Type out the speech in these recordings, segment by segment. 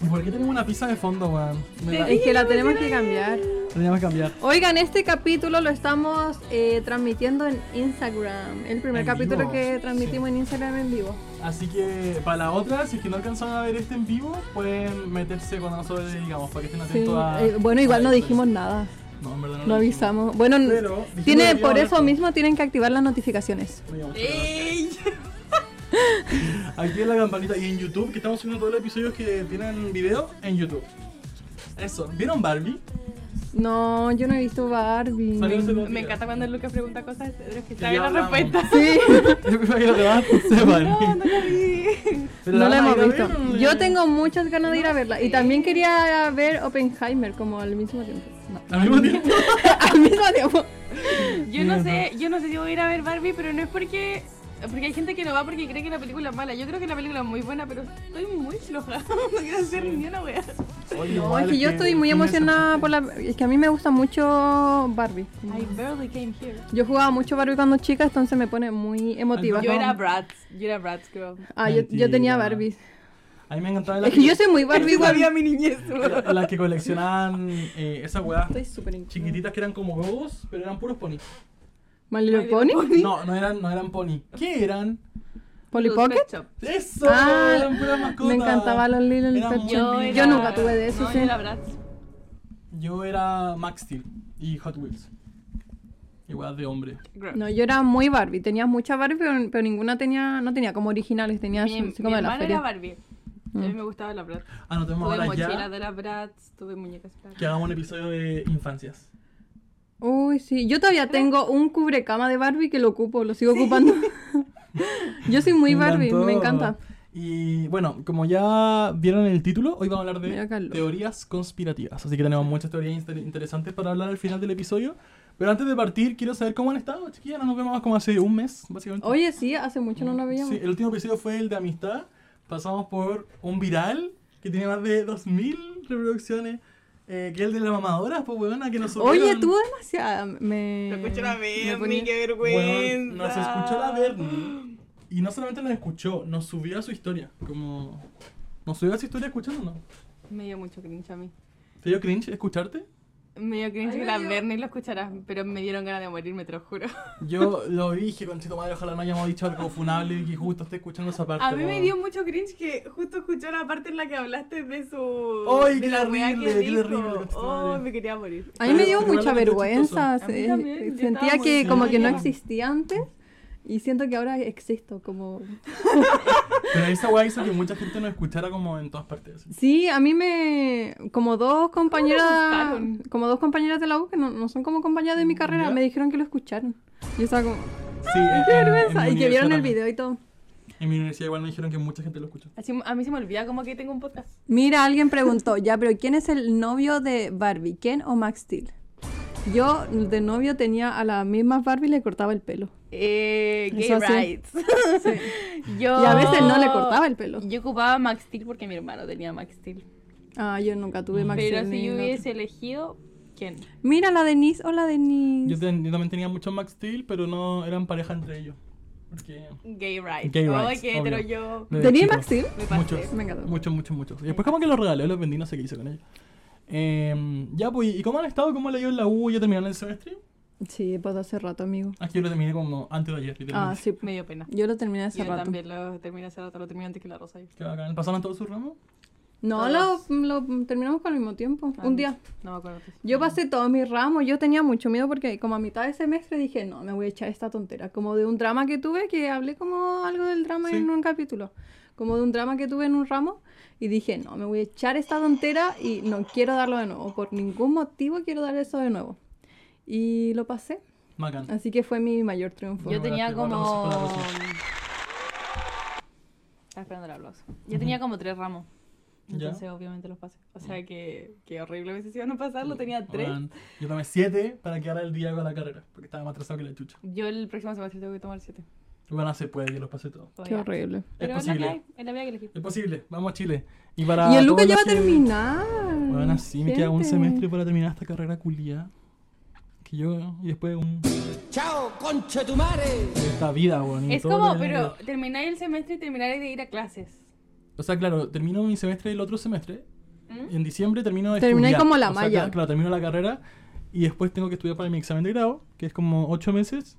¿Y por qué tenemos una pizza de fondo, weón? Me la- Es que la tenemos que cambiar. Teníamos que cambiar. Oigan, este capítulo lo estamos eh, transmitiendo en Instagram. El primer En capítulo vivo, que transmitimos en Instagram en vivo. Así que para la otra, si es que no alcanzaron a ver este en vivo, pueden meterse cuando nosotros le digamos, para que estén Sí. atentos a. Eh, bueno, igual no a- dijimos nada. No, en verdad no No lo dijimos. avisamos. Bueno, n- Pero dijimos que tiene, íbamos por a eso hablar. mismo tienen que activar las notificaciones. No íbamos a hablar. ¡Ey! Aquí en la campanita y en YouTube, que estamos subiendo todos los episodios que tienen video en YouTube. Eso, ¿vieron Barbie? No, yo no he visto Barbie. Salió hace dos Me días. encanta cuando Lucas pregunta cosas de las que Ya sabe la hablamos. respuesta. Sí, Yo creo que los demás sepan. No, no la vi. Pero no la van a hemos ir a visto. ver, ¿o no la- Yo tengo muchas ganas de ir a verla. Y también quería ver Oppenheimer como al mismo tiempo. No, Al mismo tiempo. al mismo tiempo. Yo no Mierda. sé, yo no sé si voy a ir a ver Barbie, pero no es porque. Porque hay gente que no va porque cree que la película es mala. Yo creo que la película es muy buena, pero estoy muy floja. No quiero hacer ni una wea. Oye, No, igual, es que yo estoy muy tiene emocionada esa- por la... Es que a mí me gusta mucho Barbie. I barely came here. Yo jugaba mucho Barbie cuando chica, entonces me pone muy emotiva. Yo era Bratz, yo era Bratz girl. Ah, yo, yo Mentira. tenía Barbie. A mí me encantaba la Es que yo soy muy Barbie Yo sabía igual. mi niñez. weón. Las que coleccionaban eh, esas weas Estoy súper hinchada. chiquititas que eran como gogos, pero eran puros ponis. ¿My Little Pony? No, no eran, no eran pony. ¿Qué eran? ¿Polly Pocket? Pet Shop. ¡Eso! Ah, eran puras mascotas. Me encantaban los Little Era Pet muy Shop. lindo. Yo nunca tuve de ¿eh? eso, no, sí. Yo era Bratz. Yo era Max Steel y Hot Wheels. Igual de hombre. Girl. No, yo era muy Barbie. Tenía mucha Barbie, pero, pero ninguna tenía... No tenía como originales, tenía mi, así como mi de la hermana era feria. Mm. Barbie. A mí me gustaba la Bratz. Ah, no tenemos Tuve ahora mochila ya de la Bratz, tuve muñecas Bratz. que hagamos un episodio de infancias. Uy, sí. Yo todavía tengo un cubrecama de Barbie que lo ocupo, lo sigo ocupando. yo soy muy Barbie, encantó. me encanta. Y bueno, como ya vieron el título, hoy vamos a hablar Me da de calor. teorías conspirativas. Así que tenemos muchas teorías inter- interesantes para hablar al final del episodio. Pero antes de partir, quiero saber cómo han estado, chiquillas. No nos vemos como hace un mes, básicamente. Oye, sí, hace mucho no la veíamos. Sí, el último episodio fue el de amistad. Pasamos por un viral que tiene más de 2000 reproducciones. eh, que es el de la mamadora, pues weona, que nos Oye, subieron. tú demasiada. Me. me ponía- qué Weón, nos escuchó la Bernie. Y no solamente nos escuchó, nos subió a su historia. Como. Nos subió a su historia escuchándonos. Me dio mucho cringe a mí. ¿Te dio cringe escucharte? Me dio cringe Ay, que me la dio- Bernie lo escuchará, pero me dieron ganas de morirme, te lo juro. Yo lo dije, conchito madre, ojalá no hayamos dicho algo funable y que justo esté escuchando esa parte. A mí me weón. dio mucho cringe que justo escuchó la parte en la que hablaste de su. ¡Ay, de qué la weá terrible, que qué dijo. terrible, conchita ¡Oh, madre! me quería morir! A mí me dio Pero mucha igual era vergüenza. se- chistoso. A mí también, yo estaba Sentía muy que como que no chistosa. existía antes. Y siento que ahora existo. Como. Pero esa weá hizo que mucha gente nos escuchara como en todas partes. así. Sí, a mí me. Como dos compañeras. buscaron? Mm, Como dos compañeras de la U que no, no son como compañeras de mi carrera. ¿Ya? Me dijeron que lo escucharon. Yo estaba como. Sí, en- ¡Qué en- en mi vergüenza! Y que universidad vieron el también. video y todo. En mi universidad igual me dijeron que mucha gente lo escuchó. Así, a mí se me olvida como que tengo un podcast. Mira, alguien preguntó, ya, pero ¿quién es el novio de Barbie? ¿Ken o Max Steel? Yo de novio tenía a la misma Barbie y le cortaba el pelo. Eh, gay Eso sí. rights. Yo... Y a veces no le cortaba el pelo. Yo ocupaba Max Steel porque mi hermano tenía Max Steel. Ah, yo nunca tuve Max Pero Steel si ni yo el hubiese elegido, ¿quién? otro. Mira, la Denise, hola Denise. Yo, ten- yo también tenía mucho Max Steel, pero no eran pareja entre ellos. Porque. Gay rights. Gay Ay, rights, qué hetero obvio. yo. desde ¿Tenía chico. Max Steel? Me pasé. Muchos. Me encantó. Muchos, muchos, muchos. Y después como que los regalé, los vendí, no sé qué hice con ellos. Eh, ya, pues, ¿y cómo han estado? ¿Cómo le dio en la U? ¿Ya terminaron el semestre? Sí, pues hace rato, amigo. Aquí yo lo terminé como antes de ayer, Ah, literalmente. sí. Me dio pena. Yo lo terminé hace Yo rato. también lo terminé hace rato, lo terminé antes que la Rosa. yo. Qué bacán. ¿Pasaron todos sus ramos? No, lo, lo terminamos con el mismo tiempo. Ah, Un día. No me acuerdo. entonces. Ah. Yo pasé todos mis ramos, yo tenía mucho miedo porque como a mitad de semestre dije, no, me voy a echar esta tontera, como de un drama que tuve, que hablé como algo del drama Sí. en un capítulo, como de un drama que tuve en un ramo, y dije, no, me voy a echar esta tontera y no quiero darlo de nuevo, por ningún motivo quiero dar eso de nuevo. Y lo pasé, Bacán. así que fue mi mayor triunfo. Yo tenía Bueno, como. um, gracias. Vamos con la Estaba esperando el aplauso. Yo tenía como tres ramos. Entonces, obviamente, los pasé. O sea, que, que horrible me hicieron no pasarlo. Tenía tres. Weón, yo tomé 7 para quedar el día con la carrera, porque estaba más atrasado que la chucha. Yo el próximo semestre tengo que tomar siete. Bueno, se puede, yo los pasé todos. Qué todavía. horrible. Pero Es es la que posible. hay, es la vida que elegí. Es posible, vamos a Chile. Y, para y el Lucas todos ya va los a que- terminar. Ah, Bueno, sí, me queda un Gente. semestre para terminar esta carrera culia. Que yo, y después un. ¡Chao, conche tu madre! Esta vida, weón. y Es todo lo como, que- pero termináis el semestre y termináis de ir a clases. O sea, claro, termino mi semestre el otro semestre. ¿Mm? y En diciembre termino de Terminé estudiar. como la O sea, malla. claro, claro, termino la carrera. Y después tengo que estudiar para mi examen de grado, que es como 8 meses.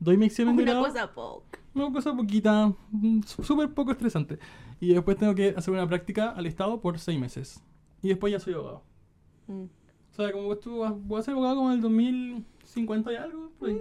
Doy mi examen de Una grado. cosa poca. Una cosa poquita, mm, su- súper poco estresante. Y después tengo que hacer una práctica al Estado por 6 meses. Y después ya soy abogado. Mm. O sea, como tú vas, voy a ser abogado como en el 2050 y algo. por ahí.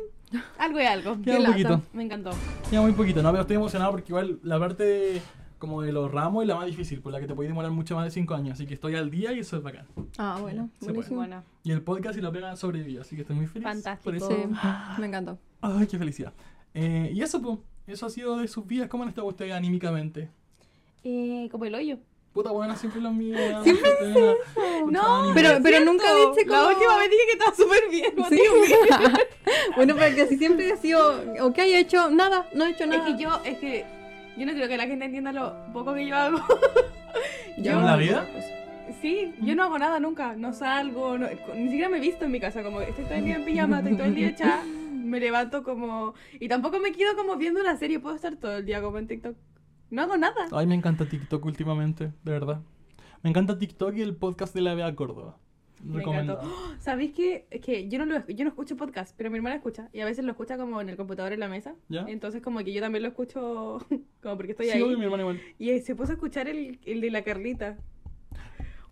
Algo y Queda algo. un Qué lata. poquito. Me encantó. Ya muy poquito, no, pero estoy emocionado porque igual la parte de- como de los ramos es la más difícil, por la que te podéis demorar mucho más de 5 años. Así que estoy al día y eso es bacán. Ah, bueno, Se buenísimo. Bueno, Y el podcast y la pega sobrevivió, así que estoy muy feliz. Fantástico. Por eso. Sí, Ah. me encantó. Ay, qué felicidad. Eh, y eso, pues, eso ha sido de sus vidas. ¿Cómo han estado ustedes anímicamente? eh, como el hoyo. Puta, buena, siempre los míos. Siempre No, Pero- pero nunca viste La cómo- última vez dije que estaba súper bien. Sí. bueno, porque así siempre he sido, ok, he hecho nada, no he hecho Es nada. que yo, es que yo no creo que la gente entienda lo poco que yo hago. Yo- ¿En la vida? Sí, yo no hago nada nunca, no salgo, no- ni siquiera me he visto en mi casa, como estoy todo el día en pijama, estoy todo el día hecha, me levanto como... Y tampoco me quedo como viendo una serie, puedo estar todo el día como en TikTok. No hago nada. Ay, me encanta TikTok últimamente, de verdad. Me encanta TikTok y el podcast de la Bea Córdoba. ¡Ah! Me encantó. Recomendado. ¡Oh! ¿Sabéis qué? Es que yo no, lo, yo no escucho podcast, pero mi hermana escucha, y a veces lo escucha como en el computador en la mesa. ¿Ya? Entonces como que yo también lo escucho, como porque estoy Sí, ahí. obvio, mi hermana igual. Y eh, se puso a escuchar el, el de la Carlita.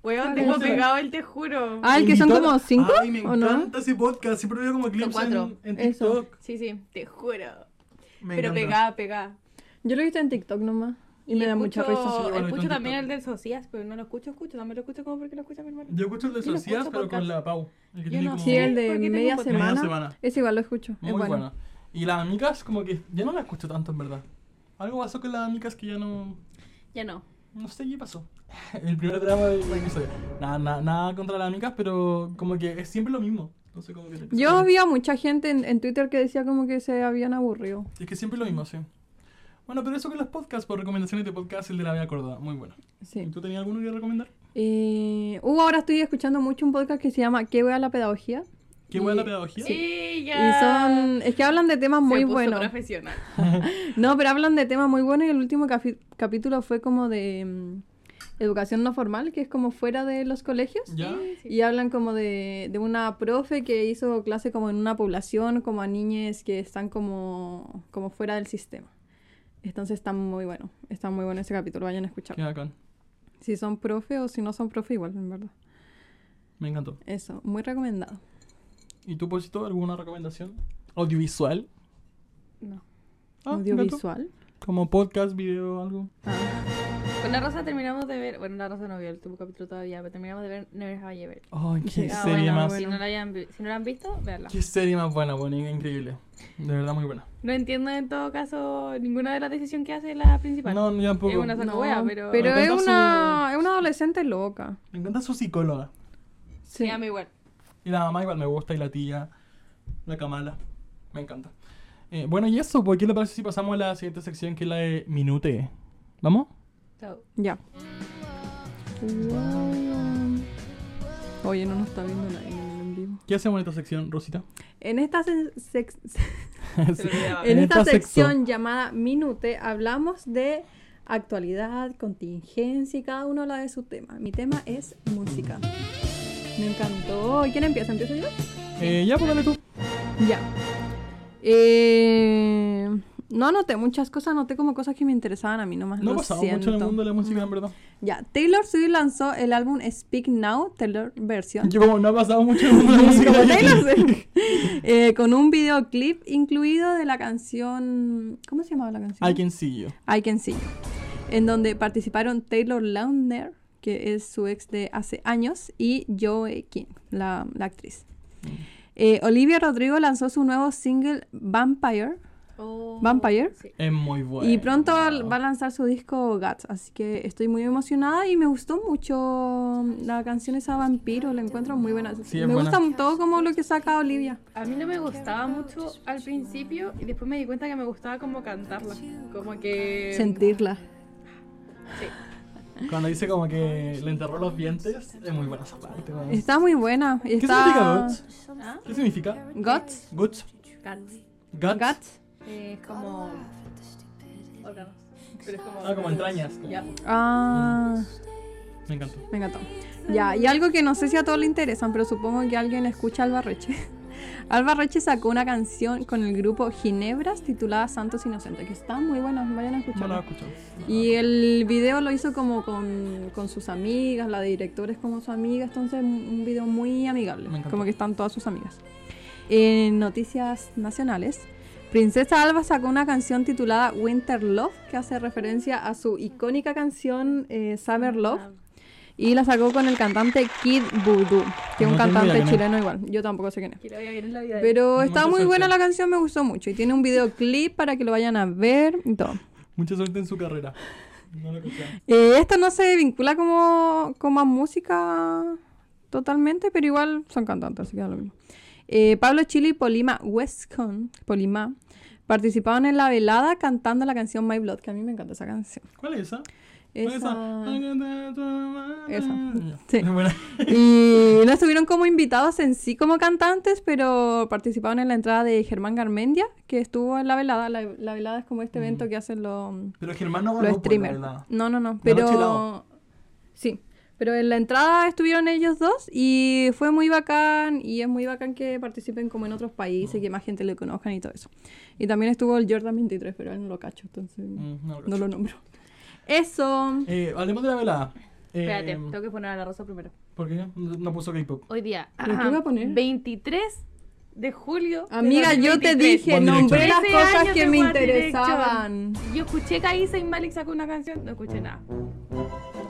Weón, ¿Cuál tengo es? pegado el te juro. Ah, el que son Invitada. como cinco, Ay, me ¿o no? encanta ese podcast. Siempre veo como clips en, cuatro, en eso. TikTok. Sí, sí, te juro. Me pero encanta. pegada, pegada. Yo lo he visto en TikTok nomás y, me da mucha escucho- risa. Sí, bueno, Escucho con también TikTok. el del Socias, pero no lo escucho, escucho. También lo escucho como porque lo escucha mi hermano. Yo escucho el de Yo no Socias, escucho pero con podcast. la Pau. El que Yo tiene no como Sí, el ¿Por de qué tengo media podcast? media semana. semana. Es igual, lo escucho. Muy es buena. bueno. Y las amigas, como que ya no las escucho tanto, en verdad. Algo pasó con las amigas que ya no. Ya no. No sé qué pasó. El primer drama del episodio. Nada, nada, nada contra las amigas, pero como que es siempre lo mismo. No sé cómo que te- Yo vi a mucha gente en, en Twitter que decía como que se habían aburrido. Es que siempre lo mismo, sí. Bueno, pero eso con los podcasts, por recomendaciones de podcast, el de la Vía Córdoba. Muy bueno. ¿Y Sí. ¿Tú tenías alguno que recomendar? Eh, uh, ahora estoy escuchando mucho un podcast que se llama ¿Qué wea la pedagogía? Qué Y- buena la pedagogía. Sí, Y son, es que hablan de temas Se muy puso buenos. profesional. No, pero hablan de temas muy buenos y el último cafi- capítulo fue como de mm, educación no formal, que es como fuera de los colegios. ¿Ya? Y hablan como de, de una profe que hizo clase como en una población, como a niñes que están como, como fuera del sistema. Entonces está muy bueno, está muy bueno ese capítulo, vayan a Qué escuchar. bacán. Si son profe o si no son profe, igual, en verdad. Me encantó. Eso, muy recomendado. ¿Y tú, Posito, alguna recomendación? ¿Audiovisual? No. Ah, me encantó. Audiovisual. Como podcast, video, algo. Ah, Con la Rosa terminamos de ver. Bueno, la Rosa no vio el último capítulo todavía, pero terminamos de ver Never Have I Ever. Ay, qué Sí. Ah, serie bueno, más. Si, no la hayan vi- si no la han visto, veanla. Qué serie más buena, bueno, increíble. De verdad, muy buena. No entiendo en todo caso ninguna de las decisiones que hace la principal. No, yo tampoco. Es una saca no, wea, pero. pero Me es encanta una, es una adolescente loca. Me encanta su psicóloga. Sí, Sí. a mí igual. Y la mamá igual me gusta, y la tía, la Kamala. Me encanta. Eh, bueno, y eso, ¿por qué le parece si pasamos a la siguiente sección que es la de Minute? ¿Vamos? Chao. Ya. Oye, no nos está viendo nadie en el en vivo. ¿Qué hacemos en esta sección, Rosita? En esta, sen- sex- Se lo olvidaba. en esta sección. sección llamada Minute hablamos de actualidad, contingencia y cada uno habla de su tema. Mi tema es música. Me encantó. ¿Y quién empieza? ¿Empiezo yo? Eh, ya, pues dale tú. Ya. Eh, no anoté muchas cosas, anoté como cosas que me interesaban a mí nomás. No ha lo pasado mucho en el siento. mundo de la música, en verdad. Ya, Taylor Swift lanzó el álbum Speak Now, Taylor Version. Yo como no ha pasado mucho en el mundo de la música. Como yo- Taylor Swift. Eh, con un videoclip incluido de la canción. ¿Cómo se llamaba la canción? I can see you. I Can See You, En donde participaron Taylor Lautner, que es su ex de hace años, y Joe King, Mm. la, la actriz. Eh, Olivia Rodrigo lanzó su nuevo single Vampire Oh, Vampire. sí. Es muy bueno. Y pronto va a lanzar su disco Guts, así que estoy muy emocionada y me gustó mucho la canción esa Vampiro, la encuentro muy buena. Sí, es me buena. gusta todo como lo que saca Olivia. A mí no me gustaba mucho al principio y después me di cuenta que me gustaba como cantarla. Como que. Sentirla. Cuando dice como que le enterró los dientes, es muy buena esa parte. weón. Está muy buena. y ¿Qué está- significa Guts? ¿Ah? ¿Qué significa? Guts. Guts. Guts. Guts. Guts. Eh, Es como. órganos. Pero es como. Ah, como entrañas. como- Ya. Ah, Me encantó. me encantó. Ya, y algo que no sé si a todos le interesan, pero supongo que alguien escucha a Alba Reche. Alba Reche sacó una canción con el grupo Ginebras titulada Santos Inocentes, que está muy buena, vayan a No la escucharla. escuchado. Y el video lo hizo como con, con sus amigas, la directora es como su amiga, entonces un un video muy amigable, Me encantó. como que están todas sus amigas. En noticias nacionales, Princesa Alba sacó una canción titulada Winter Love, que hace referencia a su icónica canción eh, Summer Love, y la sacó con el cantante Kid Voodoo, que es No tengo un idea cantante quién es. chileno igual, yo tampoco sé quién es. Que le vaya bien en la vida. Pero Mucha está muy suerte. buena la canción, me gustó mucho, y tiene un videoclip para que lo vayan a ver y todo. Ah, Mucha suerte en su carrera. No la escuché. Eh, esto no se vincula como, como a música totalmente, pero igual son cantantes, así que da lo mismo. Eh, Pablo Chile y Polima Westcon, Polima, participaron en la velada cantando la canción My Blood, que a mí me encanta esa canción. ¿Cuál es esa? ¿Cuál es Esa... esa? Esa. Ya. Sí. Es buena. Y no estuvieron como invitados en sí como cantantes, pero participaron en la entrada de Germán Garmendia, que estuvo en la velada. La, la velada es como este evento que hacen los... Pero Germán Ah, no los ganó por la streamers. verdad. No, no, no. Ganó Pero. Chelao. Sí. Pero en la entrada estuvieron ellos dos y fue muy bacán. Y es muy bacán que participen como en otros países, Ah. que más gente le conozcan y todo eso. Y también estuvo el Jordan 23, pero él no lo cacho, entonces Mm, no lo no cacho. lo nombro. Eso. Eh, hablemos de la velada. Eh, Espérate, tengo que poner a la rosa primero. ¿Por qué? No no puso K-pop. Hoy día. ¿Pero qué iba a poner? 23 de julio. de Amiga, yo te 2023. dije, One nombré las Direction. cosas Ese que año me de One interesaban. Yo escuché que Isa y Malik sacó una canción, no escuché nada.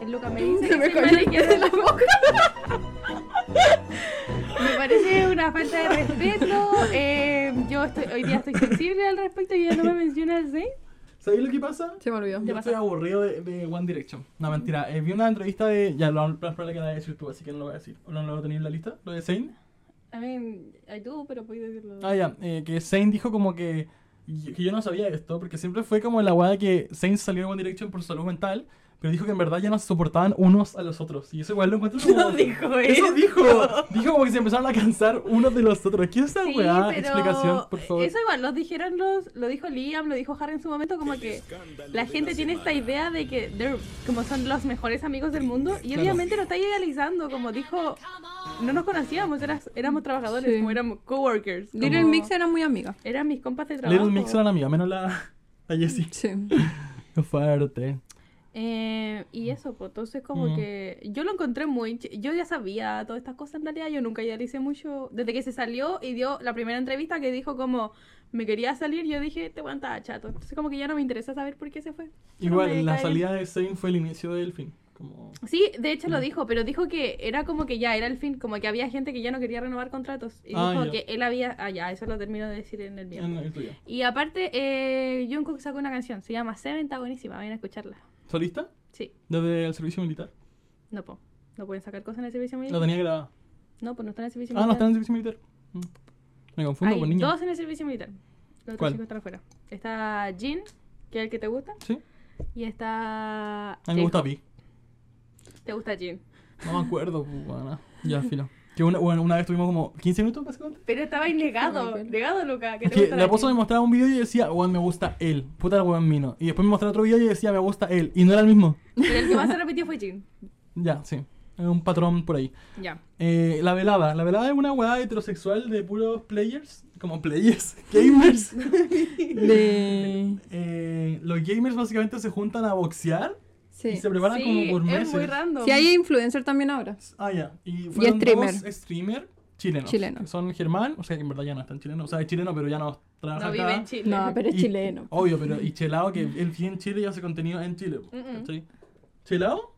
El Luca me Se dice que Isa me y cayó Malik el era la boca. me parece una falta de respeto. eh, yo estoy, hoy día estoy sensible al respecto y ya no me menciona el Zayn. ¿Sabéis lo que pasa? Se me olvidó. Yo estoy aburrido de, de One Direction. No, mentira. Eh, vi una entrevista de. Ya lo lo- probable que la hayas decir tú, así que no lo voy a decir. ¿O no lo tenéis en la lista? ¿Lo de Zayn? A mí, hay tú, pero puedes decirlo. Ah, ya. eh, que Zayn dijo como que. y- Que yo no sabía esto, porque siempre fue como la guada que Zayn salió de One Direction por salud mental, pero dijo que en verdad ya no se soportaban unos a los otros. Y eso igual lo encuentro como. No dijo Eso eso. dijo. Dijo como que se empezaron a cansar unos de los otros. ¿Qué es esa weá? Explicación, por favor. Eso igual, lo dijeron los, lo dijo Liam, lo dijo Harry en su momento, como que la gente tiene esta idea de que they're- como son los mejores amigos del mundo y Claro. obviamente lo está idealizando, como dijo, no nos conocíamos, eras- éramos trabajadores, Sí. como éramos coworkers. como- Little Mix era muy amiga. Eran mis compas de trabajo. Little Mix era una amiga, menos la, la Jessie. Sí. Qué fuerte. Eh, y eso, pues entonces como Mm. que yo lo encontré muy... ch- Yo ya sabía todas estas cosas en realidad, yo nunca idealicé mucho. Desde que se salió y dio la primera entrevista que dijo como me quería salir, yo dije, te aguanta chato. Entonces como que ya no me interesa saber por qué se fue. Ya no me Igual, la cae bien. salida de Zayn fue el inicio del fin. Como... Sí, de hecho Mm. lo dijo, pero dijo que era como que ya era el fin, como que había gente que ya no quería renovar contratos. Y Ah, dijo ya. Mm. que él había... Ah, ya, eso lo termino de decir en el video. En el tuyo. Y aparte, eh, Jungkook sacó una canción, se llama Seven, está buenísima, vayan a escucharla. ¿Solista? Sí, Desde el servicio militar. no, po. No pueden sacar cosas en el servicio La militar. tenía grabada. No, pues no están en el servicio Ah, no, está en militar. el servicio militar. Mm. Me confundo Hay con niña. dos en el servicio militar. Los otros ¿Cuál? chicos están afuera. Está Jin, que es el que te gusta, Sí, y está. a mí me gusta Jacob. Pi. Te gusta Jin. No me acuerdo, pues, bueno. Ya, filo. Que una, bueno, una vez tuvimos como 15 minutos, básicamente. Pero estaba No negado, me acuerdo. negado, Luca. Que Es te que gusta la pozo me mostraba un video y decía, weón, me gusta él. Puta la weón mino. Y después me mostraba otro video y decía, me gusta él. Y no era el mismo. Pero el que más se repitió fue Jin. Ya, sí. Es un patrón por ahí. Ya. Eh, la velada. La velada es una weá heterosexual de puros players. Como players. Gamers. De... Eh, los gamers básicamente se juntan a boxear y Sí. se preparan como Sí, por meses. es muy random. Sí, hay influencer también ahora. Ah, ya. Y fueron streamer. dos streamer chilenos. Chileno. que Son Germán, o sea que en verdad ya no están chilenos. O sea, es chileno, pero ya no trabaja acá. No vive en Chile. No, pero es Y- chileno. Obvio, pero y Chelao, que él vive en Chile y hace contenido en Chile. po, Mm-mm. ¿cachai? ¿Chelao?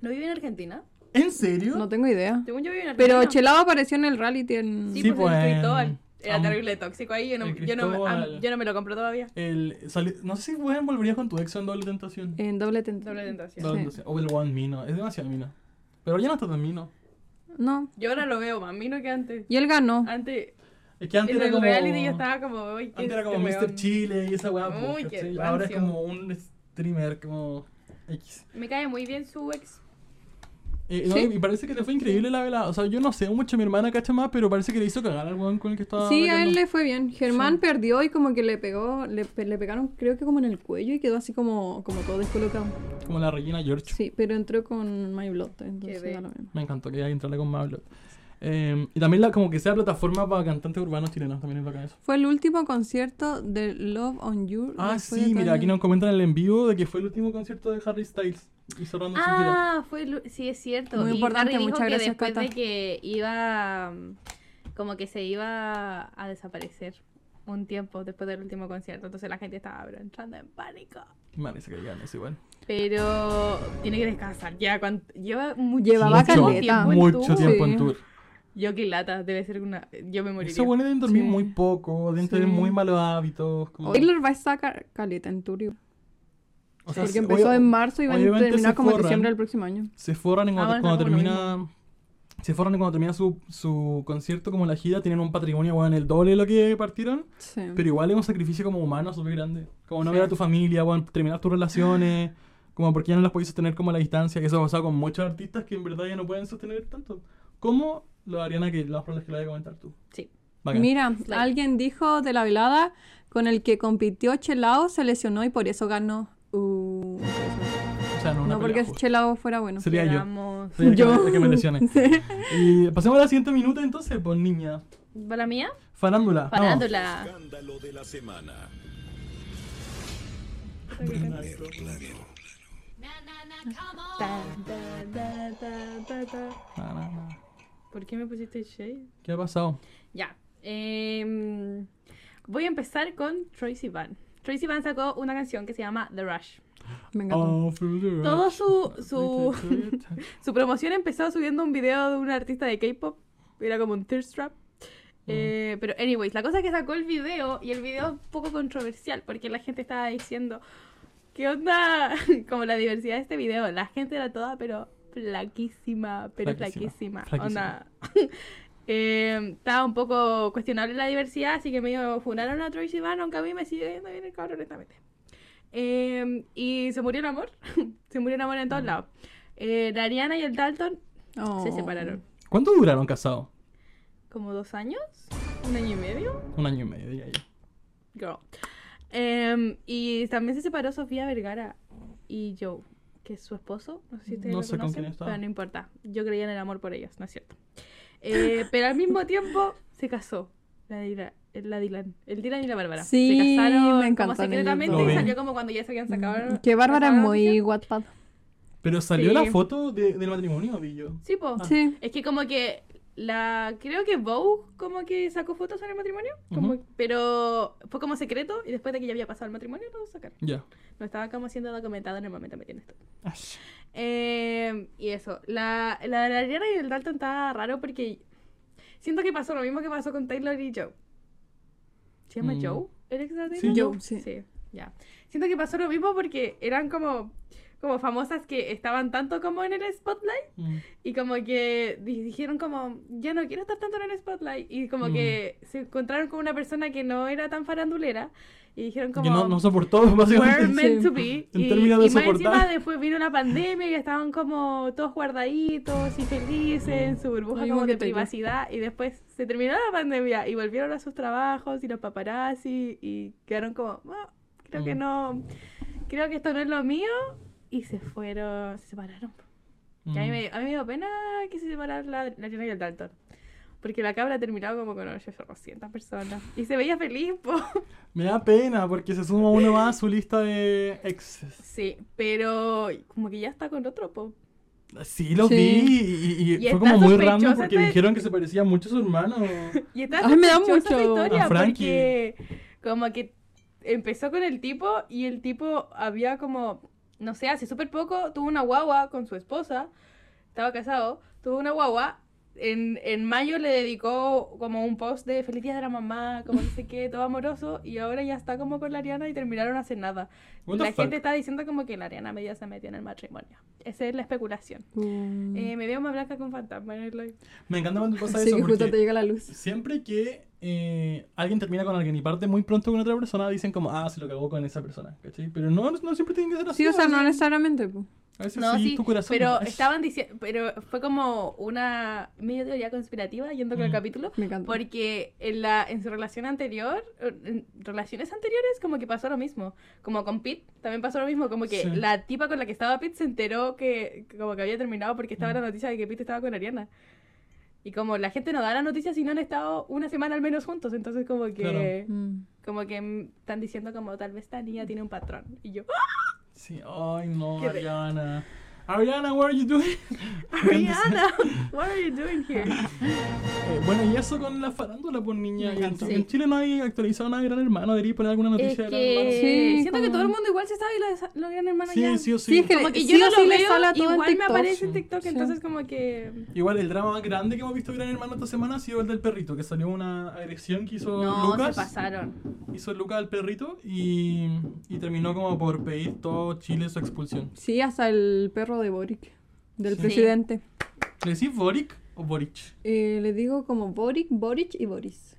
¿No vive en Argentina? ¿En serio? No tengo idea. Según yo vive en Argentina. Pero Chelao apareció en el reality en... Sí, Sí, pues, él pues, tuiteó al- en- él, Era Am- terrible tóxico ahí. Yo no, el yo, no, Cristóbal. am- yo no me lo compro todavía. El, sali- no sé si weón volverías con tu ex en doble tentación. En doble tentación. Doble tentación. Doble Eh, sí. tentación. O el weón Mino. Es demasiado Mino. Pero ya no está tan Mino. No. Yo ahora lo veo más mino que antes. Y él ganó. Ah, Antes, Es que antes en era el como. reality yo estaba como. "Uy, qué Antes era como este Mr. weón". Chile y esa weá. po, Uy, qué ¿cachai? Ahora es rancio. como un streamer, como. X. Me cae muy bien su ex. Eh, no, Sí. Y parece que le fue increíble la velada. O sea, yo no sé mucho, mi hermana cacha más, pero parece que le hizo cagar al weón con el que estaba. Sí, a él bailando. le fue bien. Germán perdió y como que le pegó, le, pe- le pegaron creo que como en el cuello y quedó así como, como todo descolocado. Como la Regina George. Sí, pero entró con My Blood, entonces Qué da lo bello. mismo. Me encantó que haya entrarle con Mablo. Eh, y también la, como que sea plataforma para cantantes urbanos chilenos, también es bacán eso. Fue el último concierto de Love on You. Ah, después de sí, todo mira, el- aquí nos comentan en el en vivo de que fue el último concierto de Harry Styles y cerrando su gira. Ah, fue Lu- sí es cierto. Muy y importante, Harry dijo muchas que gracias, después Cata. de que iba mm, como que se iba a desaparecer un tiempo después del último concierto, entonces la gente estaba pero, entrando en pánico. Me parece que ya no es igual. Pero tiene que descansar ya cuan- lleva mucho Llevaba tiempo caleta. en mucho tour. tiempo en Sí. tour. Yo que lata, debe ser una yo me moriría. Esos buenos deben dormir Sí. muy poco, deben tener Sí. muy malos hábitos. Como... Taylor va a sacar caleta en Turio. o sea, Porque se- empezó obvia- en marzo y van a obviamente terminar se como en forran. diciembre del próximo año. Se forran en cuando, Ah, bueno, cuando estamos con lo termina. Se forran en cuando termina su, su concierto, como la gira, tienen un patrimonio, weón, el doble de lo que partieron. Sí. Pero igual es un sacrificio como humano súper grande. Como no ver a tu familia, weón, terminar tus relaciones, como porque ya no las podéis sostener como a la distancia. Que eso ha pasado con muchos artistas que en verdad ya no pueden sostener tanto. Como lo de Ariana, que las pruebas que le voy a comentar tú. Sí. Bacán. Mira, alguien dijo de la velada con el que compitió Chelao se lesionó y por eso ganó. Uh, O sea, no, una no porque pelea justa. Chelao fuera bueno. Sería yo. Vamos. Sería el que- Yo. el que me lesione. Y pasemos a la siguiente minuta entonces, pues niña. ¿Va la mía? Farándula. Vamos. Farándula. Escándalo de la semana. Ta, ta, ta, ta, ta, ta. Na, na, na. ¿Por qué me pusiste shade? Ah, ¿Qué ha pasado? Ya. em, voy a empezar con Tracy Van. Tracy Van sacó una canción que se llama The Rush. Me encantó. Oh, through the Todo rush. su, su, su promoción empezó subiendo un video de un artista de K-pop. Era como un thirst trap. Eh, pero, anyways, la cosa es que sacó el video y el video es un poco controversial porque la gente estaba diciendo: ¿Qué onda? Como la diversidad de este video. La gente era toda, pero flaquísima, pero Flaquísima, flaquísima. flaquísima. Onda. Eh, estaba un poco cuestionable la diversidad, así que medio funaron a Troy Sivan, aunque a mí me sigue yendo bien el cabrón, honestamente. Eh, y se murió el amor, se murió el amor en todos lados. Eh, la Ariana y el Dalton se Oh. separaron. ¿Cuánto duraron casados? ¿Como dos años? ¿Un año y medio? Un año y medio, diría yo. Girl. Em, y también se separó Sofía Vergara y Joe, que es su esposo. No sé si ustedes No lo sé con conocen, quién estaba. pero no importa. Yo creía en el amor por ellos, no es cierto. Eh, pero al mismo tiempo se casó la, Dila- eh, la Dylan, el Dylan y la Bárbara. Sí, se casaron me encantó en como el secretamente YouTube. y salió como cuando ya se habían sacado. Que Bárbara es sacado la muy noticia. Wattpad. Pero salió Sí. la foto de- del matrimonio, vi yo. Sí, po. Sí. Es que como que la creo que Vogue como que sacó fotos en el matrimonio, como- Ujú. pero fue como secreto y después de que ya había pasado el matrimonio lo sacaron. Ya. No estaba como siendo documentado en el momento, ¿me entiendes tú? Eh, y eso, la, la de la Ariana y el Dalton estaba raro porque siento que pasó lo mismo que pasó con Taylor y Joe. ¿Se llama Mm. Joe? ¿El ex de Sí, Taylor? Joe, sí. ya. Siento que pasó lo mismo porque eran como, como famosas que estaban tanto como en el spotlight. Mm. Y como que di- dijeron como, ya no quiero estar tanto en el spotlight. Y como que Mm. se encontraron con una persona que no era tan farandulera. Y dijeron como, Que no, no soportó, básicamente. Mm. we're meant to be. En y términos de y más soportar. encima después vino la pandemia y estaban como todos guardaditos y felices en su burbuja Lo mismo como que de Taylor. privacidad. Y después se terminó la pandemia y volvieron a sus trabajos y los paparazzi. Y quedaron como, "Ah, creo que Mm. no, creo que esto no es lo mío. Y se fueron, se separaron. Mm. Y a mí, me, a mí me dio pena que se separara la, la Ariana y el Dalton. Porque la cabra ha terminado como con 800 personas. Y se veía feliz, po. Me da pena porque se suma uno más a su lista de exes. Sí, pero como que ya está con otro, po. Sí, los Sí. vi y- y, y Y fue está como muy sospechosa random porque de- dijeron que se parecía mucho a su hermano. Y está Ay, me da sospechosa esa mucho. historia A Frankie. porque como que empezó con el tipo y el tipo había como, no sé, hace súper poco tuvo una guagua con su esposa, estaba casado, tuvo una guagua en, en mayo le dedicó como un post de feliz día de la mamá, como no sé qué, todo amoroso, y ahora ya está como con la Ariana y terminaron hace nada. What the la fuck? gente está diciendo como que la Ariana media se metió en el matrimonio. Esa es la especulación. Mm. Eh, me veo más blanca con fantasma en el live. Me encanta cuando pasa sí, eso. que justo porque- te llega la luz. Siempre que eh, alguien termina con alguien y parte muy pronto con otra persona, dicen como, ah, se lo cagó con esa persona, ¿cachai? Pero no, no siempre tienen que ser así. Sí, o sea, a no veces- necesariamente. po. a veces No, Ah, sí, sí, tu corazón. pero es- estaban diciendo, pero fue como una medio teoría conspirativa yendo con el Mm. capítulo, Me encanta. porque en la en su relación anterior, en relaciones anteriores como que pasó lo mismo, como con Pete también pasó lo mismo, como que Sí. la tipa con la que estaba Pete se enteró que que como que había terminado porque estaba Mm. la noticia de que Pete estaba con Ariana. Y como la gente no da la noticia si no han estado una semana al menos juntos, entonces como que Claro. Mm. como que mm, están diciendo como tal vez esta niña tiene un patrón y yo Sí, ay, no, Qué re- Ariana. Ariana, what are you doing? Ariana, what are you doing here? Eh, bueno, y eso con la farándula, pues niña. Me que en, encanta. en Chile no hay actualizado nada de Gran Hermano. Debería poner alguna Es noticia de Gran Hermano. que Sí, siento que como- todo el mundo igual se sabe lo, lo gran hermano ya. Sí, sí o sí. Sí, es que Como que sí yo no o lo sí le veo, sale a todo en igual me TikTok. aparece en Sí. TikTok, Sí. entonces como que... Igual el drama más grande que hemos visto de Gran Hermano esta semana ha sido el del perrito, que salió una agresión que hizo No, Lucas. se pasaron. hizo Lucas al perrito y, y terminó como por pedir todo Chile su expulsión. Sí, hasta el perro de Boric, del Sí. presidente. ¿Le decís Boric o Boric? Eh, le digo como Boric, Boric y Boris.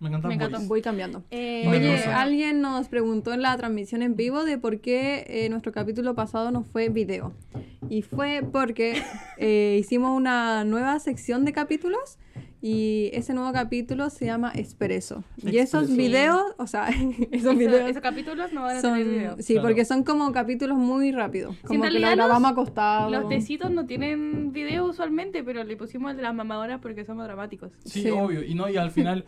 Me encanta Me encanta. Boris. Voy cambiando. Eh, Bueno, Oye, no sé. alguien nos preguntó en la transmisión en vivo de por qué eh, nuestro capítulo pasado no fue video. Y fue porque eh, hicimos una nueva sección de capítulos y ese nuevo capítulo se llama Expreso. Y esos Expreso. videos, o sea, esos eso- videos esos capítulos no van a tener video. son... Sí, Claro. porque son como capítulos muy rápidos. Como que lo italianos, grabamos acostado. Los tecitos no tienen video usualmente, pero le pusimos el de las mamadoras porque somos dramáticos. Sí, Sí. obvio. Y no, y al final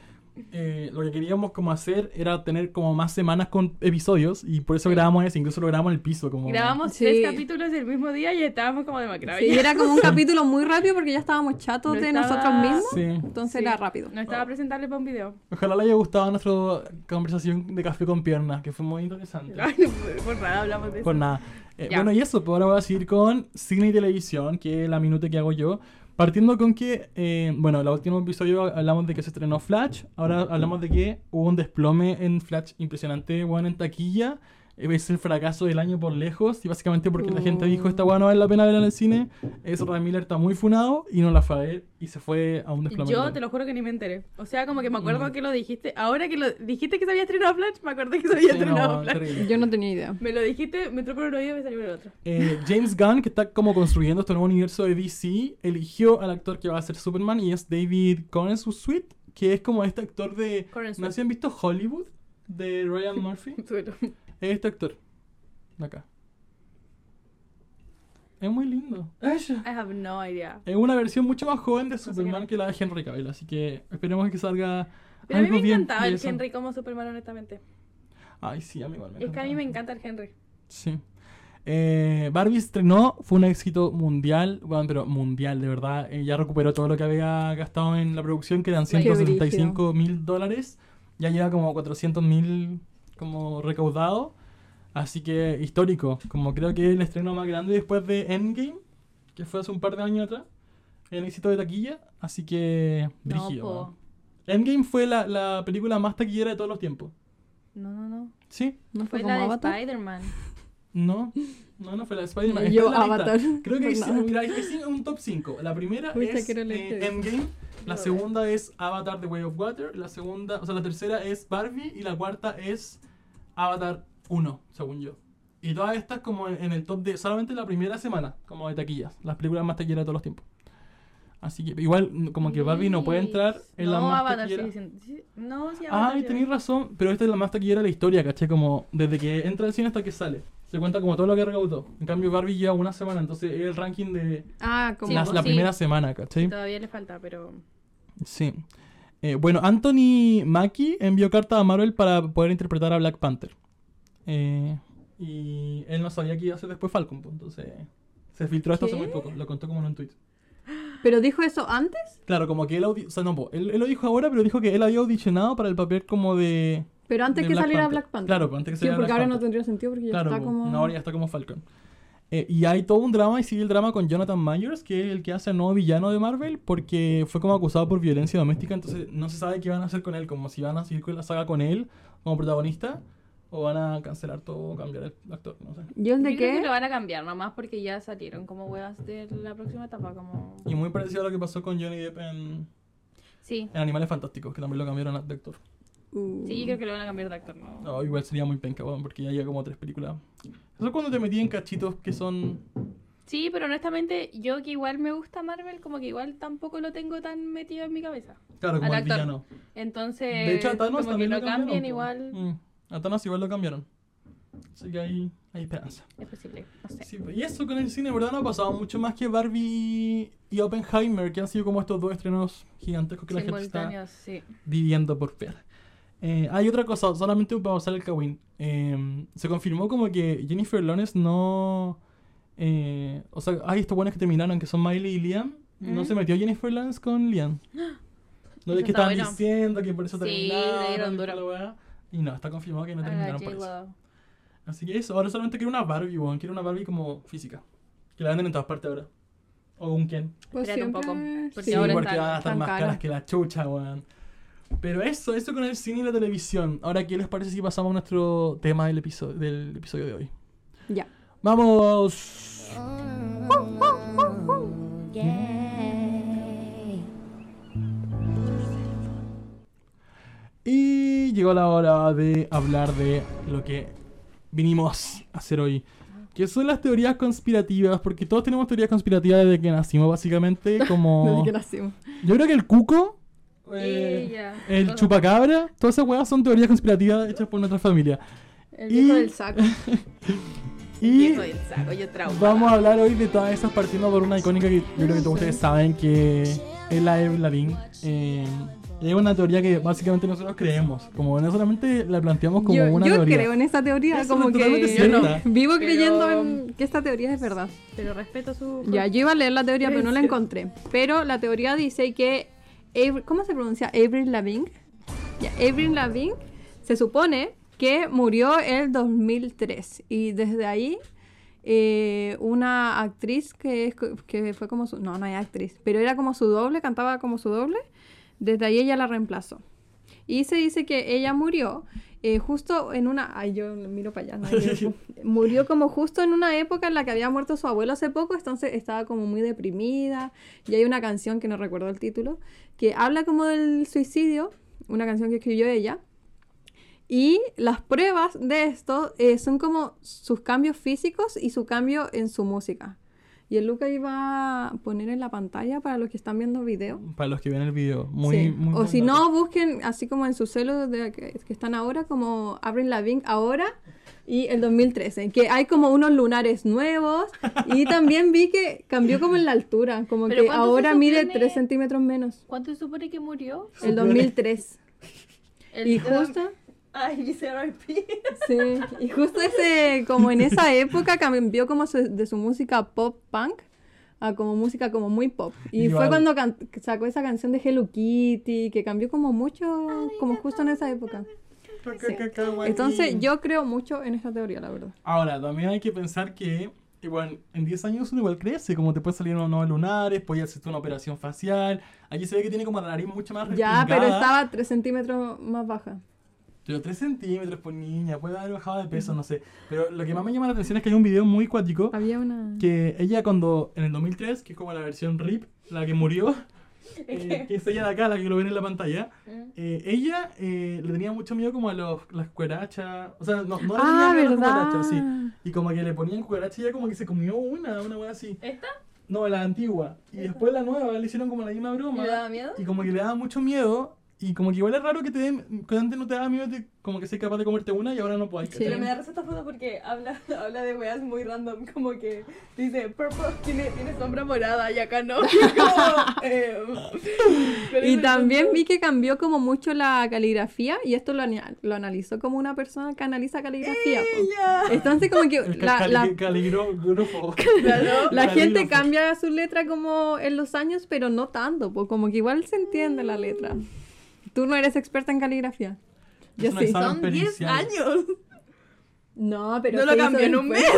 eh, lo que queríamos como hacer era tener como más semanas con episodios y por eso grabamos eso, incluso lo grabamos en el piso. Como... Grabamos Sí. tres capítulos del mismo día y estábamos como de Sí, macravilla. y era como un capítulo muy rápido porque ya estábamos chatos No de estaba- nosotros mismos. Sí. Entonces Sí. era rápido. No Ah. estaba presentable para un video. Ojalá le haya gustado nuestra conversación de café con piernas, que fue muy interesante. Ay, no, por- por nada hablamos de eso. Pues nada. Eh, Ya. bueno, y eso, pues ahora voy a seguir con cine y televisión, que es la minuta que hago yo. Partiendo con que, eh, bueno, el último episodio hablamos de que se estrenó Flash, ahora hablamos de que hubo un desplome en Flash impresionante, bueno, en taquilla. Eh, Es el fracaso del año por lejos, y básicamente porque la gente dijo: Esta weá no vale la pena verla en el cine. Es Miller está muy funado y no la fue a ver, y se fue a un desplome. Yo total. te lo juro que ni me enteré. O sea, como que me acuerdo Mm. que lo dijiste. Ahora que lo dijiste que se había estrenado Flash, me acordé que se había Sí, no, estrenado Flash. terrible. Yo no tenía idea. Me lo dijiste, me entró por un oído y me salió por el otro. Eh, James Gunn, que está como construyendo este nuevo universo de DC, eligió al actor que va a ser Superman y es David Suite que es como este actor de... Corren ¿No se han visto Hollywood? De Ryan Murphy. Es suelo. este actor. De acá. Es muy lindo. Es I have no idea. una versión mucho más joven de sé Superman qué que la de Henry Cavill, así que esperemos que salga... Pero a mí algo me bien encantaba de el eso. Henry como Superman, honestamente. Ay, sí, a mí igual me Es que a mí encantaba. me encanta el Henry. Sí. Eh, Barbie estrenó, fue un éxito mundial, bueno, pero mundial, de verdad. Eh, ya recuperó todo lo que había gastado en la producción, que eran Qué brígido. 175 mil dólares. Ya lleva como 400 mil como recaudado. Así que histórico, como creo que es el estreno más grande después de Endgame, que fue hace un par de años atrás. El éxito de taquilla, así que... No, brígido, po. Endgame fue la, la película más taquillera de todos los tiempos. No, no, no. Pues ¿Sí? No fue, Fue como la de Avatar. Spider-Man. No, no, no fue la de Spider-Man. Yo, Está en la lista. Avatar. Creo que Por es, nada. mira, es que sí, un top 5. La primera Pucha, es quiero leer eh, este. Endgame. La Lo segunda es Avatar The Way of Water. La segunda, o sea, la tercera es Barbie. Y la cuarta es Avatar 1, según yo. Y todas estas como en, en el top de solamente la primera semana, como de taquillas. Las películas más taquilleras de todos los tiempos. Así que igual mm, como que Barbie no puede entrar en la No, más Ah, Avatar, sí, taquillera. dicen- sí. No, sí, Avatar. Ay, sí. tenéis razón, pero esta es la más taquillera de la historia, caché, como desde que entra al cine hasta que sale. Se cuenta como todo lo que recaudó. En cambio, Barbie lleva una semana, entonces es el ranking de Ah, como Sí, la, pues, la sí. primera semana, caché. Todavía le falta, pero... Sí. Eh, bueno, Anthony Mackie envió carta a Marvel para poder interpretar a Black Panther. Eh, y él no sabía que iba a ser después Falcon, pues, entonces se filtró esto hace ¿Qué? muy poco, lo contó como en un tweet. ¿Pero dijo eso antes? Claro, como que él, audi- o sea, no, po, él, él lo dijo ahora, pero dijo que él había audicionado para el papel como de... Pero antes de que saliera Panther. Black Panther. Claro, pues, antes que Sí, saliera porque Black ahora Panther. no tendría sentido porque ya Claro, está po, como... no, ahora ya está como Falcon. Eh, y hay todo un drama y sigue el drama con Jonathan Myers, que es el que hace el nuevo villano de Marvel, porque fue como acusado por violencia doméstica, entonces no se sabe qué van a hacer con él, como si van a seguir con la saga con él como protagonista, o van a cancelar todo o cambiar el actor, no sé. ¿Yo el de Yo creo que lo qué? van a cambiar nomás porque ya salieron como huevas de la próxima etapa, como... Y muy parecido a lo que pasó con Johnny Depp en, Sí, en Animales Fantásticos, que también lo cambiaron de actor. Uh, sí, yo creo que lo van a cambiar de actor, ¿no? No, igual sería muy penca, weón, porque ya lleva como tres películas. Eso es cuando te metí en cachitos que son... Sí, pero honestamente, yo que igual me gusta Marvel, como que igual tampoco lo tengo tan metido en mi cabeza. Claro, como Al el actor. villano. Entonces, De hecho, a Thanos Eh, como que también lo lo cambiaron, cambien po. igual Mm, a Thanos igual lo cambiaron. Así que hay, hay esperanza. es posible, no sé. Sí, pues, y eso con el cine, en ¿verdad? No ha pasado mucho más que Barbie y Oppenheimer, que han sido como estos dos estrenos gigantescos que la gente está Simultáneos, sí. viviendo por ver. Eh, hay otra cosa, solamente para usar el Kawin. Eh, se confirmó como que Jennifer Lawrence no. eh, o sea, hay estos buenos que terminaron, que son Miley y Liam. No Ujú. se metió Jennifer Lawrence con Liam. No Eso es que está estaban bueno. diciendo que por eso Sí, le terminaron. dieron y toda duro. la weá. Y no, está confirmado que no Ah, terminaron por eso. J-Lo. Así que eso, ahora solamente quiero una Barbie, weón. Quiero una Barbie como física. Que la venden en todas partes ahora. O un Ken. pues Espérate un poco, siempre- porque Sí, ahora porque están- van a estar están más caras. caras. que la chucha, weón. Pero eso, eso con el cine y la televisión. Ahora, ¿qué les parece si pasamos a nuestro tema del episodio, del episodio de hoy? Ya. ¡Vamos! Y llegó la hora de hablar de lo que vinimos a hacer hoy. Que son las teorías conspirativas, porque todos tenemos teorías conspirativas desde que nacimos, básicamente, como... Desde que nacimos. Yo creo que el cuco, eh, Ella. el Cosa- chupacabra, todas esas weas son teorías conspirativas hechas por nuestra familia. El viejo Y- del saco. Y Viejo pues, del saco, yo trauma. vamos a hablar hoy de todas esas partiendo por una icónica que yo creo que todos ustedes saben que es la Avril Lavigne. Eh, es una teoría que básicamente nosotros creemos, como no solamente la planteamos como yo una yo teoría. creo en esa teoría, Eso como es totalmente que cierto. vivo Pero- creyendo en que esta teoría es verdad. Pero respeto su... Ya, yo iba a leer la teoría, pero no la encontré. Pero la teoría dice que. Avr- ¿Cómo se pronuncia? Avril Lavigne. Ya, Avril Lavigne se supone que murió el 2003. Y desde ahí, eh, una actriz que, es co- que fue como su. No, no es actriz, pero era como su doble, cantaba como su doble. Desde ahí ella la reemplazó. Y se dice que ella murió eh, justo en una... Ay, yo miro para allá. no, yo- murió como justo en una época en la que había muerto su abuelo hace poco, entonces estaba como muy deprimida. Y hay una canción que no recuerdo el título, que habla como del suicidio, una canción que escribió ella. Y las pruebas de esto eh, son como sus cambios físicos y su cambio en su música. Y el Luca iba a poner en la pantalla para los que están viendo video. Para los que ven el video, muy, Sí. muy o buen si dato. no, busquen así como en sus celos de, que, que están ahora, como Avril Lavigne ahora y el 2013, que hay como unos lunares nuevos y también vi que cambió como en la altura, como ¿Pero que cuánto se ahora mide supone? 3 centímetros menos. ¿Cuánto se supone que murió? El 2003. Y justo, Ay, dice R.I.P. sí, y justo ese, como en esa época cambió como su- de su música pop punk a como música como muy pop. Y Igual. fue cuando can- sacó esa canción de Hello Kitty, que cambió como mucho, como justo en esa época. Pues, Entonces, yo creo mucho en esta teoría, la verdad. Ahora, también hay que pensar que, igual, en 10 años uno igual crece, como te puede salir unos nuevos lunares, puede hacerte una operación facial. Aquí se ve que tiene como la nariz mucho más Ya, pero respingada. estaba 3 centímetros más baja. Pero 3 centímetros por niña, puede haber bajado de peso, no sé. Pero lo que más me llama la atención es que hay un video muy cuático Había una... que ella cuando, en el 2003, que es como la versión RIP, la que murió, eh, que es ella de acá, la que lo ven en la pantalla, eh, ella eh, le tenía mucho miedo como a los, las cucarachas, o sea, no, no le tenía Ah, miedo a las cucarachas, sí. ¿verdad? Y como que le ponían cucaracha y ella como que se comió una, una weá así. ¿Esta? No, la antigua. Y después la nueva le hicieron como la misma broma. ¿Le daba miedo? Y como que le daba mucho miedo. Y como que igual es raro que te den, que antes no te daba miedo de- como que seas capaz de comerte una y ahora no puedes. Sí. Pero ¿cachai? me da risa esta foto porque habla, habla de weas muy random, como que dice, Purple tiene, tiene sombra morada y acá no. Y es como, eh, pero Y eso- también vi que cambió como mucho la caligrafía y esto lo, ana- lo analizó como una persona que analiza caligrafía. po. Entonces como que El la, la- caligrafo. la gente cambia su letra como en los años, pero no tanto, po, como que igual se entiende la letra. Tú no eres experta en caligrafía. Yo sí. Son 10 años. No, pero. No lo se hizo cambió en un después.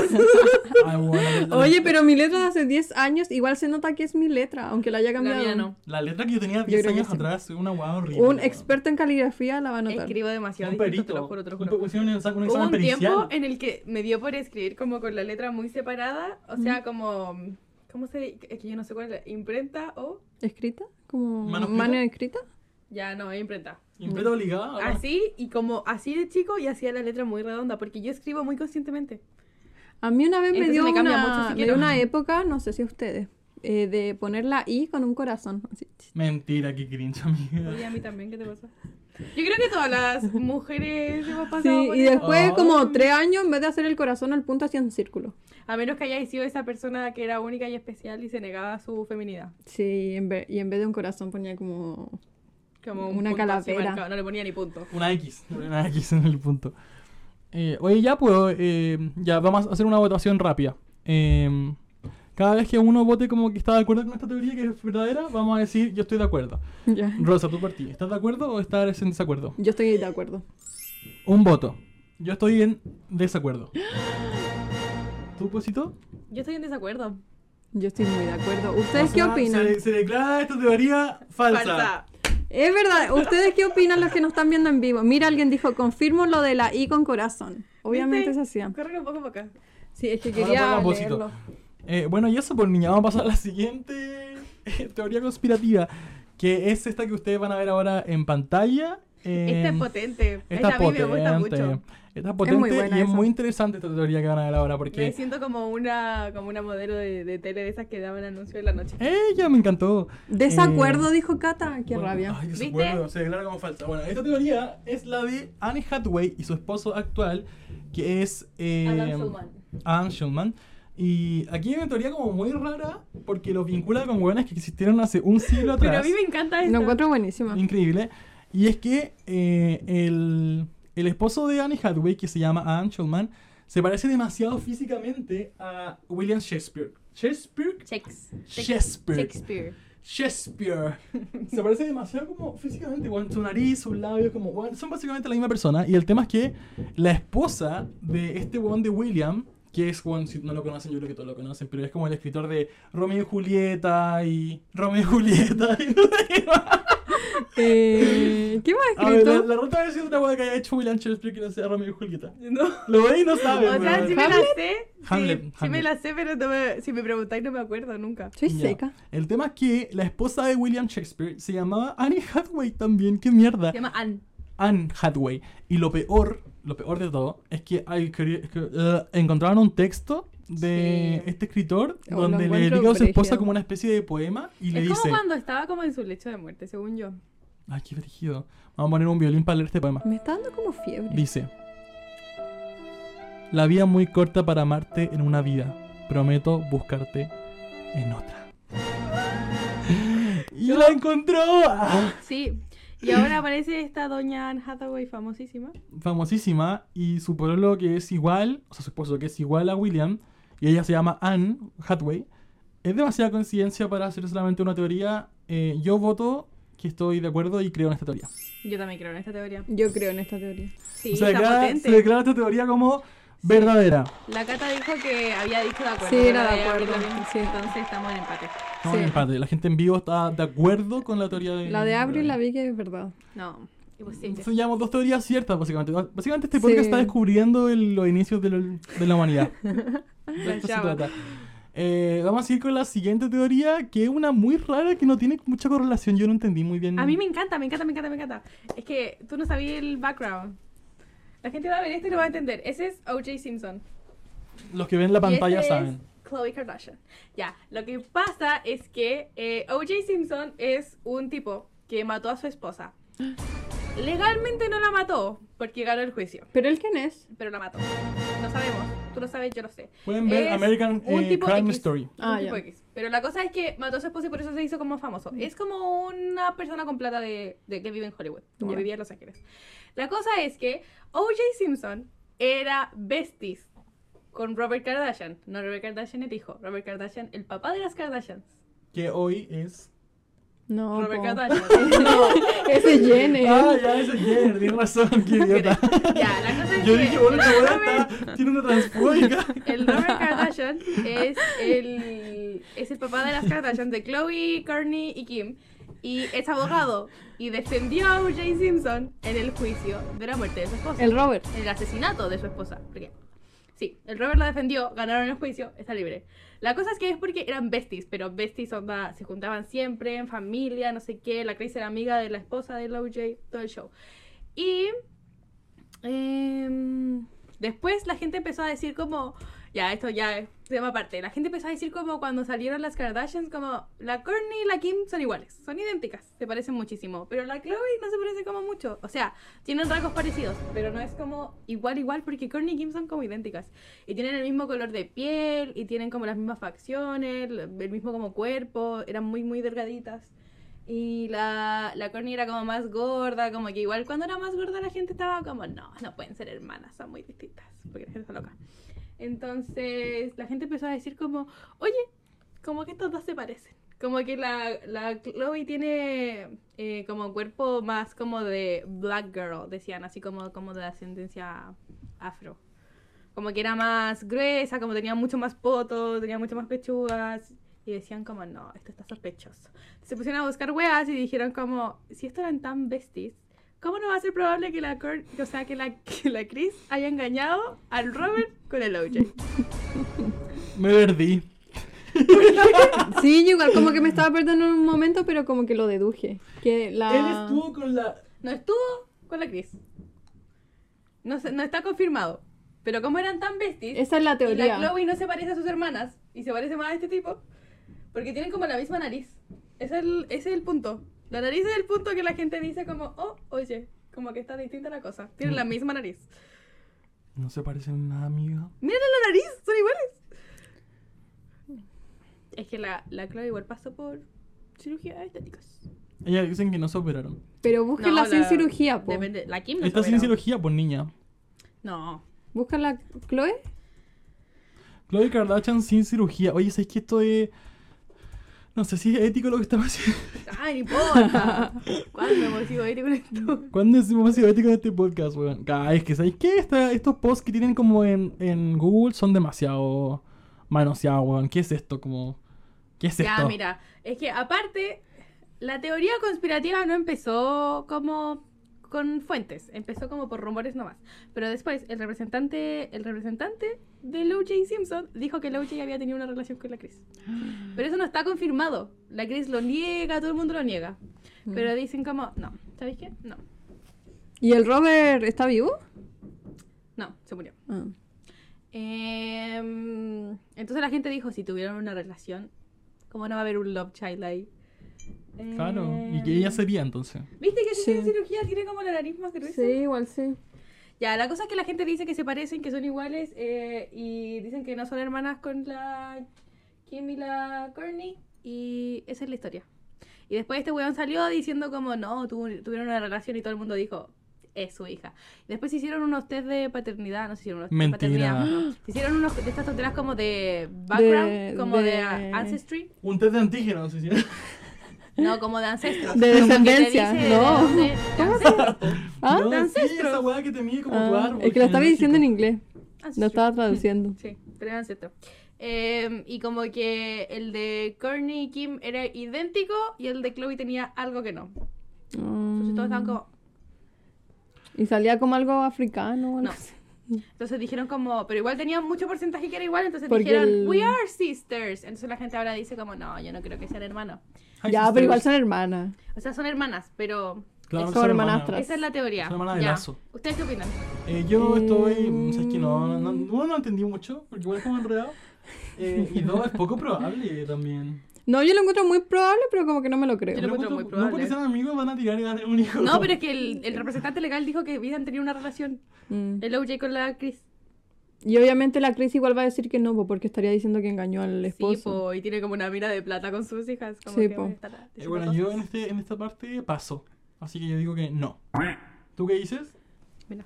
Ay, bueno, la letra- Oye, pero mi letra de hace 10 años igual se nota que es mi letra, aunque la haya cambiado. mía no. La letra que yo tenía Yo 10 creo que años sí. atrás, una guau horrible. Un weón. experto en caligrafía la va a notar. Escribo demasiado. Un distinto, te perito. lo juro, te lo Un juro. pe- hicieron un examen, un Hubo examen un tiempo pericial. en el que me dio por escribir como con la letra muy separada, o sea, como... ¿Cómo se...? Es que yo no sé cuál es, imprenta o... ¿Escrita? ¿Como ¿Manuscrita? mano escrita? Ya, no, es imprenta. Imprenta obligada. weón. Así, y como así de chico, y hacía la letra muy redonda, porque yo escribo muy conscientemente. A mí una vez me Entonces dio, Este me cambia una, mucho si me quiero. dio una época, no sé si a ustedes, eh, de poner la I con un corazón. así. Mentira, qué cringe, amiga. Y a mí también, ¿qué te pasa? Yo creo que todas las mujeres hemos Sí, pasado por y eso. después Ah. como tres años, en vez de hacer el corazón al punto, hacía un círculo. A menos que hayáis sido esa persona que era única y especial y se negaba a su feminidad. Sí, en ve- y en vez de un corazón ponía como... Como Una punto así calavera. marcado, No le ponía ni punto. Una X, una X en el punto. Eh, oye, ya puedo, eh, ya vamos a hacer una votación rápida. Eh, cada vez que uno vote como que está de acuerdo con esta teoría que es verdadera, vamos a decir yo estoy de acuerdo. Ya. Rosa, tú por ti, ¿estás de acuerdo o estás en desacuerdo? Yo estoy de acuerdo. Un voto. Yo estoy en desacuerdo. ¿Tú, Posito? Yo estoy en desacuerdo. Yo estoy muy de acuerdo. ¿Ustedes O qué sea, opinan? Se, se declara esta teoría falsa. Falsa. Es verdad, ¿ustedes qué opinan los que nos están viendo en vivo? Mira, alguien dijo, confirmo lo de la I con corazón. Obviamente se ¿Viste? hacía. Corre un poco para acá. Sí, es que Ahora quería pongan Pósito. leerlo. Eh, bueno, y eso por niña, vamos a pasar a la siguiente eh, teoría conspirativa, que es esta que ustedes van a ver ahora en pantalla. Esta es Em, potente. Esta Esta es a mí me gusta potente. mucho. Esta es potente buena y es esa. muy interesante esta teoría que van a ver ahora Me porque siento como una, como una modelo de, de tele de esas que daban anuncios en la noche. ella me encantó. Desacuerdo, dijo Cata. Qué Eh, Bueno, rabia. Ay, ¿Viste? desacuerdo, se declara como falsa. Bueno, esta teoría es la de Anne Hathaway y su esposo actual, que es eh, Adam Schulman. Adam Schulman. Y aquí hay una teoría como muy rara porque los vincula con hueones que existieron hace un siglo atrás. Pero a mí me encanta esta. Lo encuentro buenísimo. Increíble. Y es que eh, el, el esposo de Annie Hathaway, que se llama Adam Schulman, se parece demasiado físicamente a William Shakespeare. Shakespeare. Shakes- Shakespeare. Shakespeare. Shakespeare. Se parece demasiado como físicamente, bueno, su nariz, sus labios, como, bueno, son básicamente la misma persona. Y el tema es que la esposa de este weón de William, que es, bueno, si no lo conocen, yo creo que todos lo conocen, pero es como el escritor de Romeo y Julieta y... Romeo y Julieta y no sé qué más. Eh, ¿Qué más A ver, la, escrito? la ruta debe ser una hueá que haya hecho William Shakespeare que no sea Romeo y Julieta. No. Lo ve y no sabe. O sea, weón. sí me la Hamlet. sé. sí, Hamlet, Sí, Hamlet. me la sé, pero no me- si me preguntáis no me acuerdo nunca. Soy Ya. seca. El tema es que la esposa de William Shakespeare se llamaba Annie Hathaway también, qué mierda. Se llama Anne. Anne Hathaway. Y lo peor, lo peor de todo, es que, hay- que- que, eh, encontraron un texto de Sí. este escritor Oh, lo donde le encuentro dedica a su esposa brígido. como una especie de poema y le es dice... como cuando estaba como en su lecho de muerte, según yo. Ay, qué brígido. Vamos a poner un violín para leer este poema. Me está dando como fiebre. Dice, la vida muy corta para amarte en una vida. Prometo buscarte en otra. Y la encontró. Ah, Sí. Y ahora aparece esta doña Anne Hathaway famosísima. Famosísima. Y su pololo que es igual, o sea, su esposo que es igual a William, y ella se llama Anne Hathaway. Es demasiada coincidencia para hacer solamente una teoría. Eh, yo voto que estoy de acuerdo y creo en esta teoría. Yo también creo en esta teoría. Yo creo en esta teoría. Sí, o sea, está declara- se potente. declara esta teoría como verdadera. La Cata dijo que había dicho de acuerdo. Sí, pero era de había acuerdo, dicho bien. sí. Entonces estamos en empate. No, Sí. empate. La gente en vivo está de acuerdo con la teoría de. La de Abril la vi que es verdad. No. Imposible. Son llamamos dos teorías ciertas, básicamente. Básicamente este podcast Sí. está descubriendo el- los inicios de, lo- de la humanidad. De esto se llamas. trata. Eh, vamos a seguir con la siguiente teoría, que es una muy rara que no tiene mucha correlación. Yo no entendí muy bien. A mí me encanta, me encanta, me encanta, me encanta. Es que tú no sabías el background. La gente va a ver esto y lo va a entender. Ese es O.J. Simpson. Los que ven la pantalla saben. Chloe este Kardashian. Ya, lo que pasa es que eh, O.J. Simpson es un tipo que mató a su esposa. Legalmente no la mató porque ganó el juicio, ¿Pero él quién es? pero la mató. No sabemos, tú lo sabes, yo lo sé. Pueden ver Es American un eh, tipo Crime X. Story. Un Ah, tipo ya. X. Pero la cosa es que mató a su esposa y por eso se hizo como famoso. Es como una persona con plata de, de que vive en Hollywood, como Ya. vivía en Los Ángeles. La cosa es que O.J. Simpson era besties con Robert Kardashian. No Robert Kardashian el hijo, Robert Kardashian el papá de las Kardashians. Que hoy es Oh, No, Robert po. Catania. No, ese Jenner. Ah, ya, ese Jenner, tienes razón, qué idiota. Ya, la cosa es Yo que dije, bueno, el, esta Robert, buena está, tiene una transfóbica. el Robert Kardashian es el, es el papá de las Kardashian, de Chloe, Kourtney y Kim. Y es abogado y defendió a O.J. Simpson en el juicio de la muerte de su esposa. El Robert. en el asesinato de su esposa. Porque, sí, el Robert la defendió, ganaron el juicio, está libre. La cosa es que es porque eran besties, pero besties onda, se juntaban siempre, en familia, no sé qué. La Chris era amiga de la esposa de la OJ, todo el show. Y em, después la gente empezó a decir como, ya, esto ya es tema aparte. La gente empezó a decir como cuando salieron las Kardashians, como la Kourtney y la Kim son iguales, son idénticas, se parecen muchísimo. Pero la Chloe no se parece como mucho. O sea, tienen rasgos parecidos, pero no es como igual, igual, porque Kourtney y Kim son como idénticas. Y tienen el mismo color de piel, y tienen como las mismas facciones, el mismo como cuerpo, eran muy, muy delgaditas. Y la, la Kourtney era como más gorda, como que igual cuando era más gorda la gente estaba como, no, no pueden ser hermanas, son muy distintas, porque la gente está loca. Entonces la gente empezó a decir como, oye, como que estos dos se parecen. Como que la, la Chloe tiene eh, como cuerpo más como de black girl, decían, así como, como de ascendencia afro. Como que era más gruesa, como tenía mucho más poto, tenía mucho más pechugas. Y decían como, no, esto está sospechoso. Se pusieron a buscar weas y dijeron como, si esto eran tan besties, ¿cómo no va a ser probable que la, Kurt- o sea, que la, que la Chris haya engañado al Robert con el OJ? Me perdí. Sí, yo igual como que me estaba perdiendo en un momento, pero como que lo deduje. Que Él la... estuvo con la. No estuvo con la Chris. No, sé- no está confirmado. Pero como eran tan besties, Esa es la y teoría. la Chloe no se parece a sus hermanas, y se parece más a este tipo, porque tienen como la misma nariz. Es el, ese es el punto. La nariz es el punto que la gente dice como, oh, oye, como que está distinta la cosa. Tienen Mm. la misma nariz. No se parecen nada, amiga. ¡Miren la nariz! ¡Son iguales! Es que la, la Chloe igual pasó por cirugía estética. Ellas dicen que no se operaron. Pero búsquenla No, sin la- cirugía, po. Depende. La Kim no se Está sin operó. cirugía, pues niña. No. Búscala, Chloe. Chloe Kardashian sin cirugía. Oye, ¿sabes que esto es. No sé si es ético lo que estamos haciendo. ¡Ay, Ah, no importa! ¿Cuál me motivo a ir con esto? ¿Cuándo es más ético en este podcast, weón? Ah, es que, ¿sabes qué? Esta- estos posts que tienen como en, en Google son demasiado manoseados, weón. ¿Qué es esto? Como... ¿Qué es Ya, esto? mira, es que aparte, la teoría conspirativa no empezó como con fuentes, empezó como por rumores nomás. Pero después, el representante, el representante de J. Simpson dijo que J. había tenido una relación con la Chris. Pero eso no está confirmado. La Chris lo niega, todo el mundo lo niega. Mm. Pero dicen como, no, ¿sabéis qué? No, ¿Y el Robert está vivo? no, se murió. Ah. Em, entonces la gente dijo, si tuvieron una relación, ¿cómo no va a haber un love child ahí? Claro. ¿Y Em, qué ella sería entonces? ¿Viste que si Sí. tiene cirugía tiene como la nariz más gruesa? Sí, igual sí. Ya, la cosa es que la gente dice que se parecen, que son iguales eh, y dicen que no son hermanas con la Kim y la Courtney y esa es la historia. Y después este weón salió diciendo como no, tuvo- tuvieron una relación y todo el mundo dijo es su hija. Después se hicieron unos test de paternidad, no se hicieron unos test de Mentira. paternidad. no. Se hicieron unos de estas tonteras como de background, De- como de... de- ancestry, Un test de antígenos, ¿sí? no, como de ancestros. De Como que te descendencia, dice no. de- de ancestros. ¿Ah? no, sí, ancestro. esa weá que te mide como tu Ah, árbol. es que lo estaba genealógico. diciendo en inglés. Lo Ancestry. estaba traduciendo. Sí, pero era ancestro. Eh, y como que el de Courtney y Kim era idéntico y el de Chloe tenía algo que no. Entonces todos estaban como. Ah. Y salía como algo africano. o algo No. así. Entonces dijeron como. Pero igual tenían mucho porcentaje que era igual, entonces Porque dijeron, el- We are sisters. Entonces la gente ahora dice como, no, yo no creo que sean hermanos. Ay, Ya, sisters. pero igual son hermanas. O sea, son hermanas, pero. Claro, son son hermanastras. Esa es la teoría. Son hermanas de Ya. lazo. ¿Ustedes qué opinan? Eh, yo estoy. Mm. ¿Sabes que no? No, no, no entendí mucho, porque igual es como enredado. Eh, y dos, es poco probable también. No, yo lo encuentro muy probable, pero como que no me lo creo. Yo lo No encuentro por- muy No porque probable. sean amigos van a tirar y dar un hijo. No, pero es que el, el representante legal dijo que habían tenido una relación. Mm. El OJ con la Chris. Y obviamente la Cris igual va a decir que no, po, porque estaría diciendo que engañó al Sí, esposo. po, y tiene como una mira de plata con sus hijas. Como Sí, que po. van a estar diciendo Eh, bueno, cosas. yo en, este, en esta parte paso. Así que yo digo que no. ¿Tú qué dices? Mira.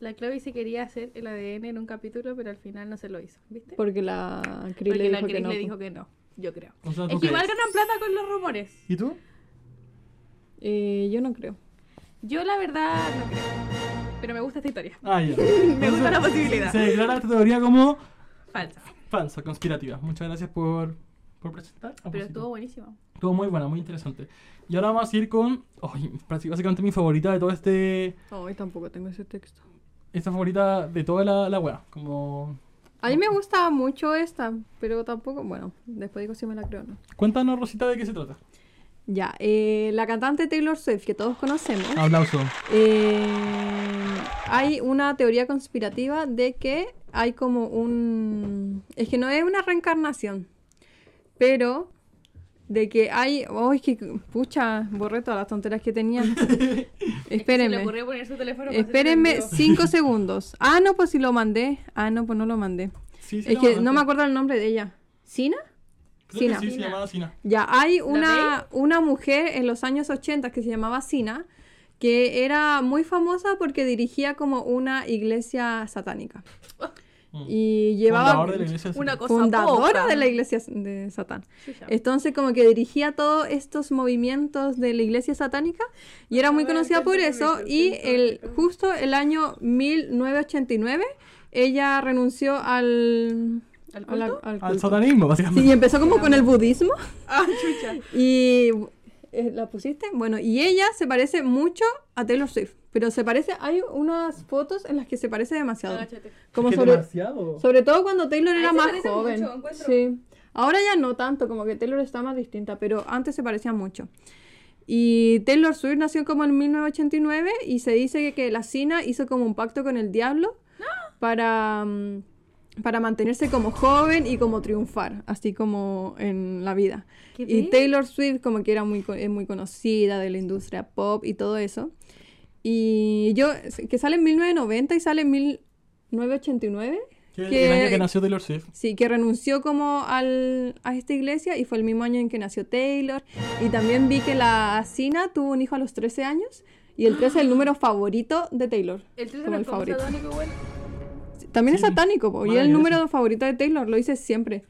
La Chloe se quería hacer el ADN en un capítulo, pero al final no se lo hizo, ¿viste? Porque la Cris Porque le la dijo que Chris no. le po. dijo que no. yo creo. O sea, Es ¿tú que crees? igual ganan plata con los rumores. ¿Y tú? Eh, yo no creo. Yo la verdad no creo. Pero me gusta esta historia. Ah, ya. Me gusta la posibilidad. Se declara esta teoría como Falsa. falsa, conspirativa. Muchas gracias por, por presentar. a Pero propósito. estuvo buenísimo. Estuvo muy buena, muy interesante. Y ahora vamos a ir con. ay, prácti- básicamente mi favorita de todo este. No, yo tampoco tengo ese texto. Esta favorita de toda la, la wea. Como. A mí me gusta mucho esta, pero tampoco, bueno, después digo si me la creo o no. Cuéntanos, Rosita, de qué se trata. Ya, eh, la cantante Taylor Swift, que todos conocemos, Aplauso. eh, hay una teoría conspirativa de que hay como un... Es que no es una reencarnación, pero de que hay... Oh, es que, pucha, borré todas las tonteras que tenía. Se le Espérenme. ocurrió poner su teléfono. para hacer Espérenme sonido. cinco segundos. Ah, no, pues si lo mandé. Ah, no, pues no lo mandé. Sí, sí, Es la que mandaste. no me acuerdo el nombre de ella. ¿Sina? Creo Sina. que sí, se llamaba Sina. Ya, hay una, una mujer en los años 80 que se llamaba Sina, que era muy famosa porque dirigía como una iglesia satánica. Mm. Y llevaba... Fundador de la iglesia Una Sina. cosa fundadora poca. de la iglesia de Satán. Chucha. Entonces como que dirigía todos estos movimientos de la iglesia satánica y era muy Ah, conocida por entiendo que eso me y siento el justo el año 1989 ella renunció al ¿Al a la- culto? al Al culto. satanismo, Sí, básicamente. y empezó como con el budismo Ah, chucha. y eh, la pusiste. Bueno, y ella se parece mucho a Taylor Swift, pero se parece hay unas fotos en las que se parece demasiado. Agáchate. Como Es que sobre demasiado. sobre todo cuando Taylor A era ese más parece joven. mucho, encuentro. sí. Ahora ya no tanto, como que Taylor está más distinta, pero antes se parecía mucho. Y Taylor Swift nació como en 1989 y se dice que, que la Sina hizo como un pacto con el diablo para, mm, para mantenerse como joven y como triunfar, así como en la vida. ¿Qué Y ves? Taylor Swift como que era muy, co- es muy conocida de la industria pop y todo eso. Y yo, que sale en 1990 y sale en 1989. Que el- que- El año que nació Taylor Swift. Sí, que renunció como al, a esta iglesia y fue el mismo año en que nació Taylor. Y también vi que la Sina tuvo un hijo a los 13 años y el 13 es el número favorito de Taylor. El tuyo como no el es como favorito. satánico, güey. También Sí, es satánico, po, y es el maravilloso. número favorito de Taylor, lo dice siempre.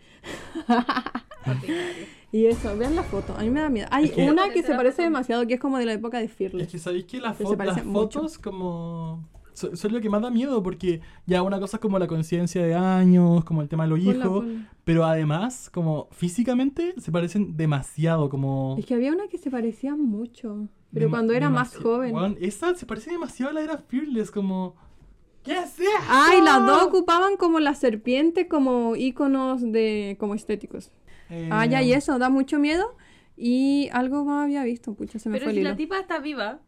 y eso, vean la foto, a mí me da miedo. Hay Es que- una que se Será parece foto. demasiado, que es como de la época de Es Fearless. que sabéis que las, Que Pues, se fo- las parecen mucho. fotos como... Son, son lo que más da miedo porque ya una cosa es como la conciencia de años, como el tema de los Ponla, hijos, ponla. pero además como físicamente se parecen demasiado como... Es que había una que se parecía mucho, pero dema- Mm, cuando era más demasi- joven. Weón, esa se parece demasiado a la era Fearless, como... ¿Qué haces? Ay, las dos ocupaban como la serpiente como íconos de como estéticos. Eh, Ah, ya, y eso da mucho miedo. Y algo más había visto, pucha, se me Pero fue el si la hilo. tipa está viva,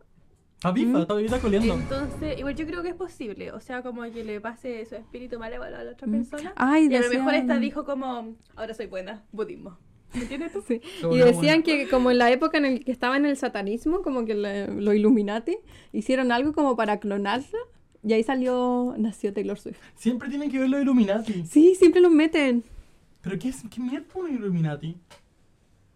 Está Mm. viva, está vivita coleando. entonces, igual yo creo que es posible. O sea, como que le pase su espíritu malévolo a la otra Mm. persona. Ay, y a lo decían- mejor esta dijo como, ahora soy buena, budismo. ¿Me entiendes tú? Sí. Se Y volvió buena. decían que como en la época en el que estaba en el satanismo, como que la- lo Illuminati, hicieron algo como para clonarla y ahí salió, nació Taylor Swift. Siempre tienen que ver los Illuminati. Sí, siempre los meten. ¿Pero qué es? ¿Qué mierda un Illuminati?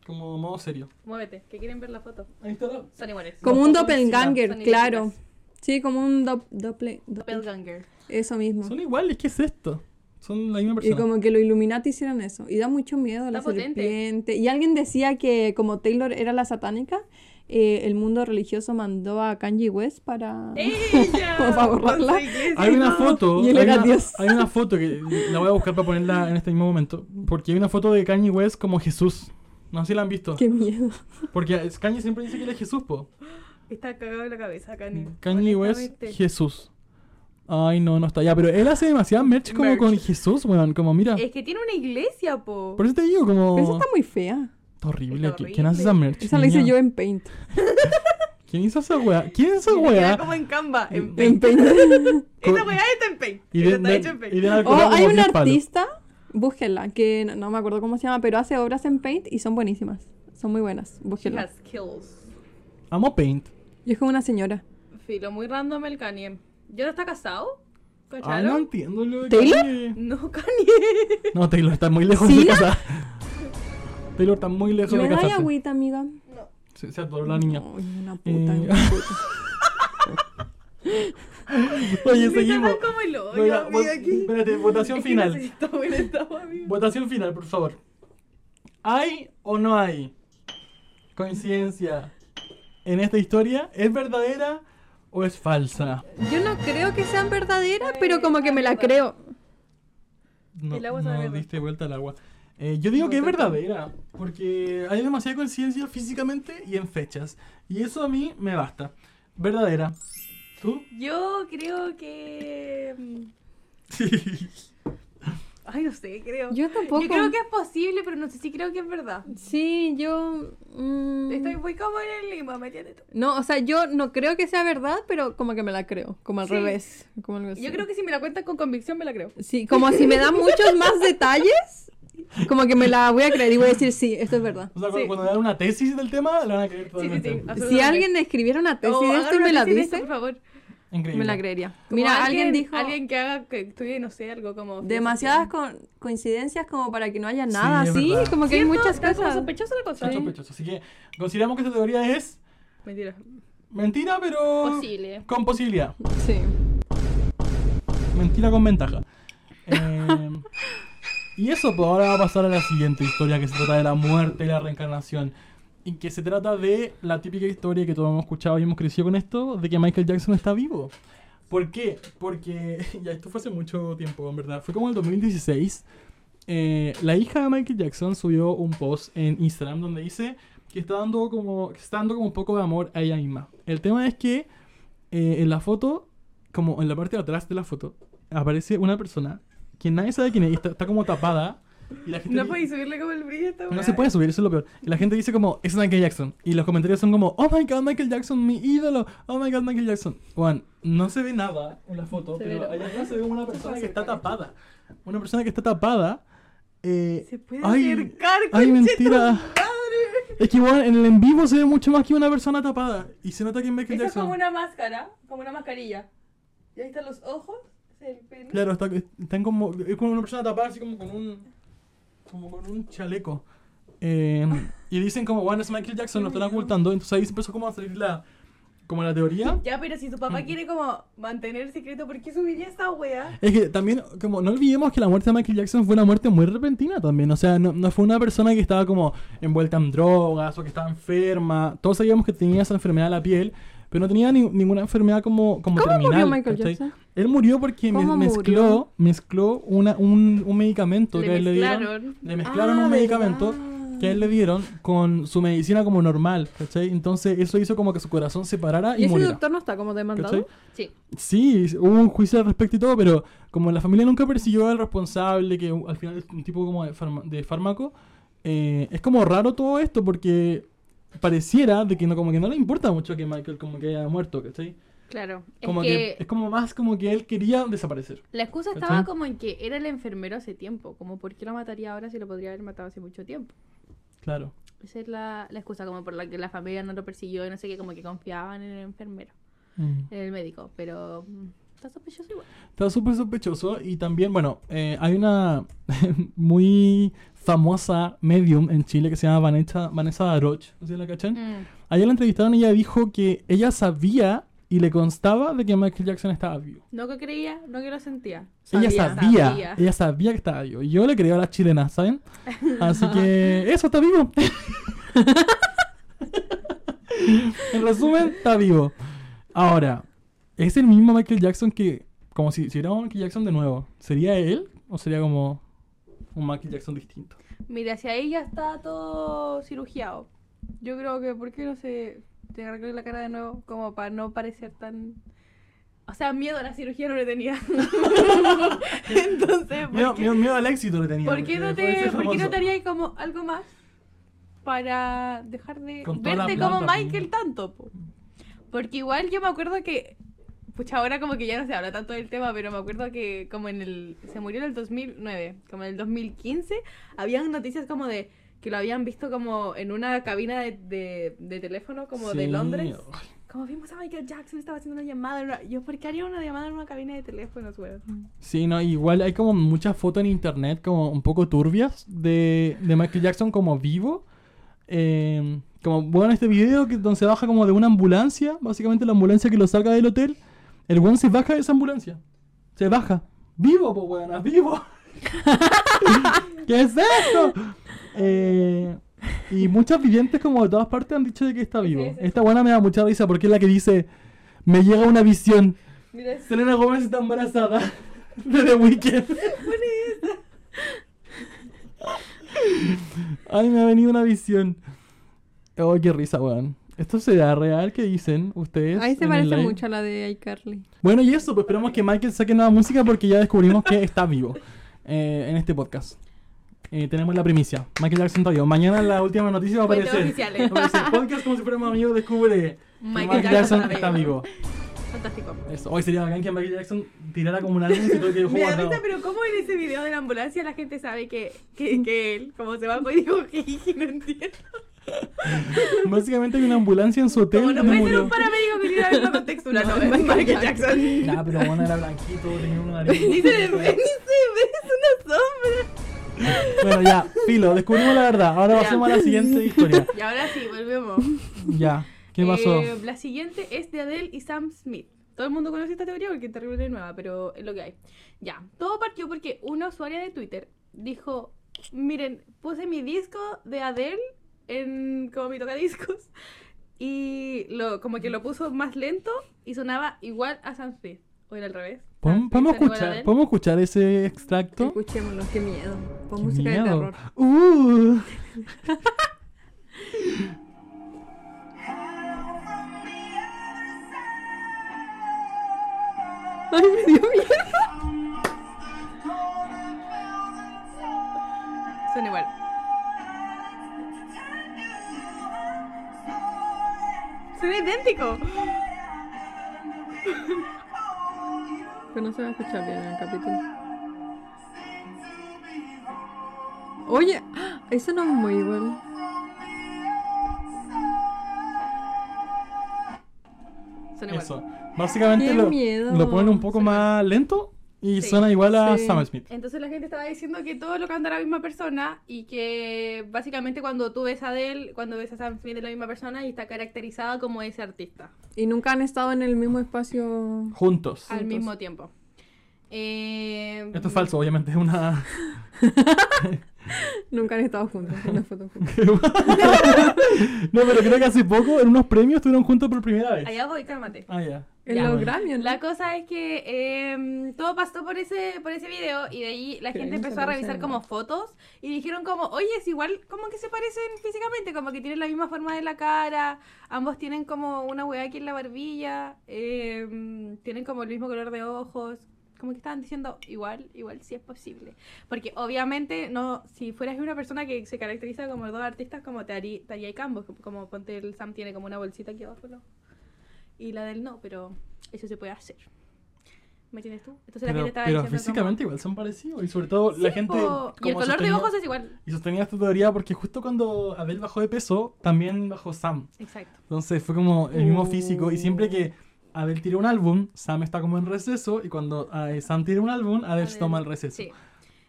Como modo serio. Muévete, que quieren ver la foto. Ahí está la... Son iguales. Como Los un papás encima. doppelganger, Son claro. idénticas. Sí, como un dop- dople- doppel- Doppelganger. Eso mismo. Son iguales, ¿qué es esto? Son la misma Y persona. como que los Illuminati hicieron eso. Y da mucho miedo la Está potente. serpiente. Y alguien decía que como Taylor era la satánica, eh, el mundo religioso mandó a Kanye West para... ¿Eh? ¡Ella! Como para borrarla. Por su iglesia. Hay una foto. Y él hay, era una, Dios. hay una foto que la voy a buscar para ponerla en este mismo momento. Porque hay una foto de Kanye West como Jesús. No sé si la han visto. ¡Qué miedo! Porque es- Kanye siempre dice que él es Jesús, po. Está cagado en la cabeza, Kanye. Kanye West, Mm, Honestamente. Jesús. Ay, no, no está ya. Pero él hace demasiada merch como Merch. con Jesús, weón. Como mira. Es que tiene una iglesia, po. Por eso te digo, Oh. Pero esa como. está muy fea. Está horrible. Está ¿Qui- ¿Quién hace esa horrible. merch? Esa la hice niña? yo en Paint. ¿Quién hizo esa weá? ¿Quién hizo esa Mira, queda weá? como en Canva, en Paint. En Paint. Esta weá está en Paint. Y Esta de- está de- hecha en Paint. y de la- O Como Oh, hay diez una palos. artista, búsquenla, que no, no me acuerdo cómo se llama, pero hace obras en Paint y son buenísimas. Son muy buenas, She búsquenla. has skills. Amo Paint. Ah, Y es como una señora. Filo, muy random el Kanye. ¿Ya no está casado? Ay, no ¿Cacharon? entiendo lo de ¿Taylor? Kanye. no, Kanye. No, Taylor está muy lejos de ¿Sina? casa. Taylor está muy lejos ¿Me de da casarse. agüita, amiga? Se, se adoró la niña. Ay, una puta, Eh, una puta. Oye, Seguimos. seguimos. como el hoyo, Oiga, amiga, vo- aquí. espérate, votación Es que final. necesito ver esta, amigo. Votación final, por favor. ¿Hay o no hay coincidencia en esta historia? ¿Es verdadera o es falsa? Yo no creo que sean verdaderas, pero como que me la creo. No, El agua se va no a ver. diste vuelta al agua. Eh, yo digo que es verdadera, porque hay demasiada coincidencia físicamente y en fechas. Y eso a mí me basta. Verdadera. ¿Tú? Yo creo que. mm, Ay, no sé, creo. Yo Mm. tampoco. Yo creo que es posible, pero no sé si creo que es verdad. Sí, yo... mm, Estoy muy cómoda en el Lima, ¿me entiendes tú? No, o sea, yo no creo que sea verdad, pero como que me la creo. Como al Sí. revés. Como algo así. Yo creo que si me la cuentan con convicción, me la creo. Sí, como si me dan muchos más detalles, como que me la voy a creer y voy a decir, sí, esto es verdad. O sea, cu- Sí. cuando dan una tesis del tema, la van a creer Sí, Ah, sí, totalmente. sí. Si alguien escribiera una tesis de esto y me Oh, la dice, Por favor. Increíble. me la creería. Como Mira, alguien dijo Alguien que haga que estudie, no sé, algo como. demasiadas con- coincidencias como para que no haya nada es así, verdad. como que hay ¿Cierto? muchas Está como cosas. sospechosa la cosa. ¿eh? Está sospechoso. Así que consideramos que esta teoría es Mentira. mentira, pero. Posible. Con posibilidad. Sí. Mentira con ventaja. Eh, y eso, pues ahora va a pasar a la siguiente historia que se trata de la muerte y la reencarnación. Y que se trata de la típica historia que todos hemos escuchado y hemos crecido con esto, de que Michael Jackson está vivo. ¿Por qué? Porque, ya esto fue hace mucho tiempo, en verdad. Fue como en el 2016. eh, la hija de Michael Jackson subió un post en Instagram donde dice que está dando como, que está dando como un poco de amor a ella misma. El tema es que eh, en la foto, como en la parte de atrás de la foto, aparece una persona que nadie sabe quién es, y está, está como tapada. Y la gente No di- podéis subirle como el brillo a esta no weá. se puede subir, eso es lo peor. Y la gente dice como, es Michael Jackson. Y los comentarios son como, oh my god, Michael Jackson, mi ídolo. Oh my god, Michael Jackson. Juan, no se ve nada en la foto, pero allá atrás se ve como una persona que está tapada. Una persona que está tapada. eh, Se puede ay, acercar, Ay, mentira. Madre. Es que igual en el en vivo se ve mucho más que una persona tapada. Y se nota que es Michael Esa es Jackson. como una máscara, como una mascarilla. Y ahí están los ojos, el pene. Claro, está, están como. Es como una persona tapada así como con un. Como con un chaleco. Eh, y dicen como, bueno, es Michael Jackson, lo están ocultando. Entonces ahí se empezó como a salir la. Como la teoría. Ya, pero si tu Mm. papá quiere como mantener el secreto, ¿por qué subiría esa wea? Es que también, como no olvidemos que la muerte de Michael Jackson fue una muerte muy repentina también. O sea, no, no fue una persona que estaba como envuelta en drogas o que estaba enferma. Todos sabíamos que tenía esa enfermedad de la piel, pero no tenía ni- ninguna enfermedad como, como ¿Cómo murió terminal. Michael ¿cachai? Jackson? Él murió porque me- ¿Cómo mezcló, murió? mezcló una, un, un medicamento Le que a él le dieron. mezclaron. Le mezclaron Ah, un medicamento ¿verdad? que a él le dieron con su medicina como normal, ¿cachai? Entonces eso hizo como que su corazón se parara y, Y ese muriera. doctor no está como ¿Cachai? demandado. Sí. Sí, hubo un juicio al respecto y todo, pero como la familia nunca persiguió al responsable, que al final es un tipo como de, farma- de fármaco, eh, es como raro todo esto porque pareciera de que no, como que no le importa mucho que Michael como que haya muerto, ¿cachai? Claro. Como es que, que... es como más como que él quería desaparecer. la excusa ¿Cachai? estaba como en que era el enfermero hace tiempo. Como, ¿por qué lo mataría ahora si lo podría haber matado hace mucho tiempo? Claro. Esa es la, la excusa como por la que la familia no lo persiguió y no sé qué, como que confiaban en el enfermero, Mm. en el médico. Pero mm, está sospechoso igual. Está súper sospechoso y también, bueno, eh, hay una muy famosa medium en Chile que se llama Vanessa, Vanessa Daroch, ¿no sé si la cachan? Mm. Ayer la entrevistaron y ella dijo que ella sabía y le constaba de que Michael Jackson estaba vivo. No que creía, no que lo sentía. ella sabía, ella sabía que estaba vivo. Y yo le creo a las chilenas, ¿saben? Así que eso está vivo. en resumen, está vivo. Ahora, ¿es el mismo Michael Jackson que, como si, si hubiera un Michael Jackson de nuevo, sería él o sería como un Michael Jackson distinto? Mira, si ahí ya está todo cirugiado. Yo creo que, ¿por qué no se te arregló la cara de nuevo? Como para no parecer tan. O sea, miedo a la cirugía no le tenía. Entonces, ¿por Miedo, qué, miedo- miedo al éxito le tenía. por qué no porque fue te, ese por qué no famoso. te harías como algo más para dejar de Con toda la verte como plata, Michael pues. tanto? po? Porque igual yo me acuerdo que. Pucha, ahora como que ya no se habla tanto del tema, pero me acuerdo que como en el... Se murió en el 2009, como en el 2015, habían noticias como de que lo habían visto como en una cabina de, de- de teléfono como de Sí, Londres. ay. Como vimos a Michael Jackson, estaba haciendo una llamada. en una- Yo, ¿por qué haría una llamada en una cabina de teléfonos, weón? Sí, no, igual hay como muchas fotos en internet como un poco turbias de, de Michael Jackson como vivo. Eh, como, bueno, este video que, donde se baja como de una ambulancia, básicamente la ambulancia que lo saca del hotel, el weón se baja de esa ambulancia. Se baja. Vivo, pues weón, vivo. ¿Qué es esto? Eh, y muchas vivientes como de todas partes han dicho de que está vivo. Esta buena me da mucha risa porque es la que dice, me llega una visión. Selena Gómez está embarazada de The Weeknd. Ay, me ha venido una visión. Oh, qué risa, weón. ¿Esto será real que dicen ustedes? Ahí se en el parece live? mucho a la de iCarly. Bueno, y eso, pues esperamos que Michael saque nueva música porque ya descubrimos que está vivo eh, en este podcast. Eh, tenemos la primicia. Michael Jackson está vivo. Mañana la última noticia va a Fuentes aparecer. oficiales. Va a aparecer podcast como si fuéramos amigos descubre que Michael Michael Jackson Jackson, está está vivo. vivo. Fantástico. Eso. Hoy sería bacán que Michael Jackson tirara como un álbum y todo que dejó Me da guardado. risa, pero ¿cómo en ese video de la ambulancia la gente sabe que, que, que él, como se va, pues digo, que no entiendo. Básicamente hay una ambulancia en su hotel. Como no y puede ser murió. un paramédico que tiene la misma contextura, no, es Michael Jackson. Nah, pero bueno, era blanquito, tenía una nariz. Ni se le ve, ni se ve, es una sombra. Bueno, ya, filo, descubrimos la verdad. Ahora Ya. pasemos a la siguiente historia. Y ahora sí, volvemos. Ya, ¿qué pasó? Eh, la siguiente es de Adele y Sam Smith. Todo el mundo conoce esta teoría porque es terrible nueva, pero es lo que hay. Ya, todo partió porque una usuaria de Twitter dijo, miren, puse mi disco de Adele en como mi tocadiscos y lo, como que lo puso más lento y sonaba igual a Sam Smith. O era al revés. ¿Podemos, Sam Smith podemos sonaba igual a escuchar, Adele. ¿Podemos escuchar ese extracto? Escuchémoslo, qué miedo. Con Qué música de miedo. terror. Uh. Ay, me dio miedo. Suena igual. Suena idéntico. Pero no se va a escuchar bien en el capítulo. Oye, ¡ah! eso no es muy igual. Suena igual. Eso. Básicamente Qué lo, miedo. lo ponen un poco más lento y Sí. suena igual a Sí. Sam Smith. Entonces la gente estaba diciendo que todo lo canta la misma persona y que básicamente cuando tú ves a Adele, cuando ves a Sam Smith es la misma persona y está caracterizada como ese artista Y nunca han estado en el mismo espacio. Juntos. al Juntos. mismo tiempo. Eh, Esto es falso, obviamente, es una... Nunca han estado juntos. Una foto juntos. no, pero creo que hace poco, en unos premios, estuvieron juntos por primera vez. Allá voy, cálmate. Ah, ya. En Ya, los bueno. Grammy, ¿no? La cosa es que eh, todo pasó por ese, por ese video y de ahí la Pero ahí gente no se empezó a parecen revisar en como nada. fotos y dijeron como, oye, es igual, como que se parecen físicamente, como que tienen la misma forma de la cara, ambos tienen como una hueá aquí en la barbilla, eh, tienen como el mismo color de ojos. Como que estaban diciendo, igual, igual si es posible. Porque obviamente, no si fueras una persona que se caracteriza como dos artistas, como te haría, te haría ambos. Como ponte el Sam tiene como una bolsita aquí abajo, ¿no? Y la del no, pero eso se puede hacer. ¿Me entiendes tú? Entonces la Pero, gente estaba pero diciendo físicamente igual son parecidos. Y sobre todo como, la "Sí, gente... po". Y el como color de sostenía- ojos es igual. Y sostenía esta teoría porque justo cuando Abel bajó de peso, también bajó Sam. Exacto. Entonces fue como el mismo físico. Y siempre que Abel tira un álbum, Sam está como en receso. Y cuando ah, Sam tira un álbum, Abel, Adele, toma el receso. Sí.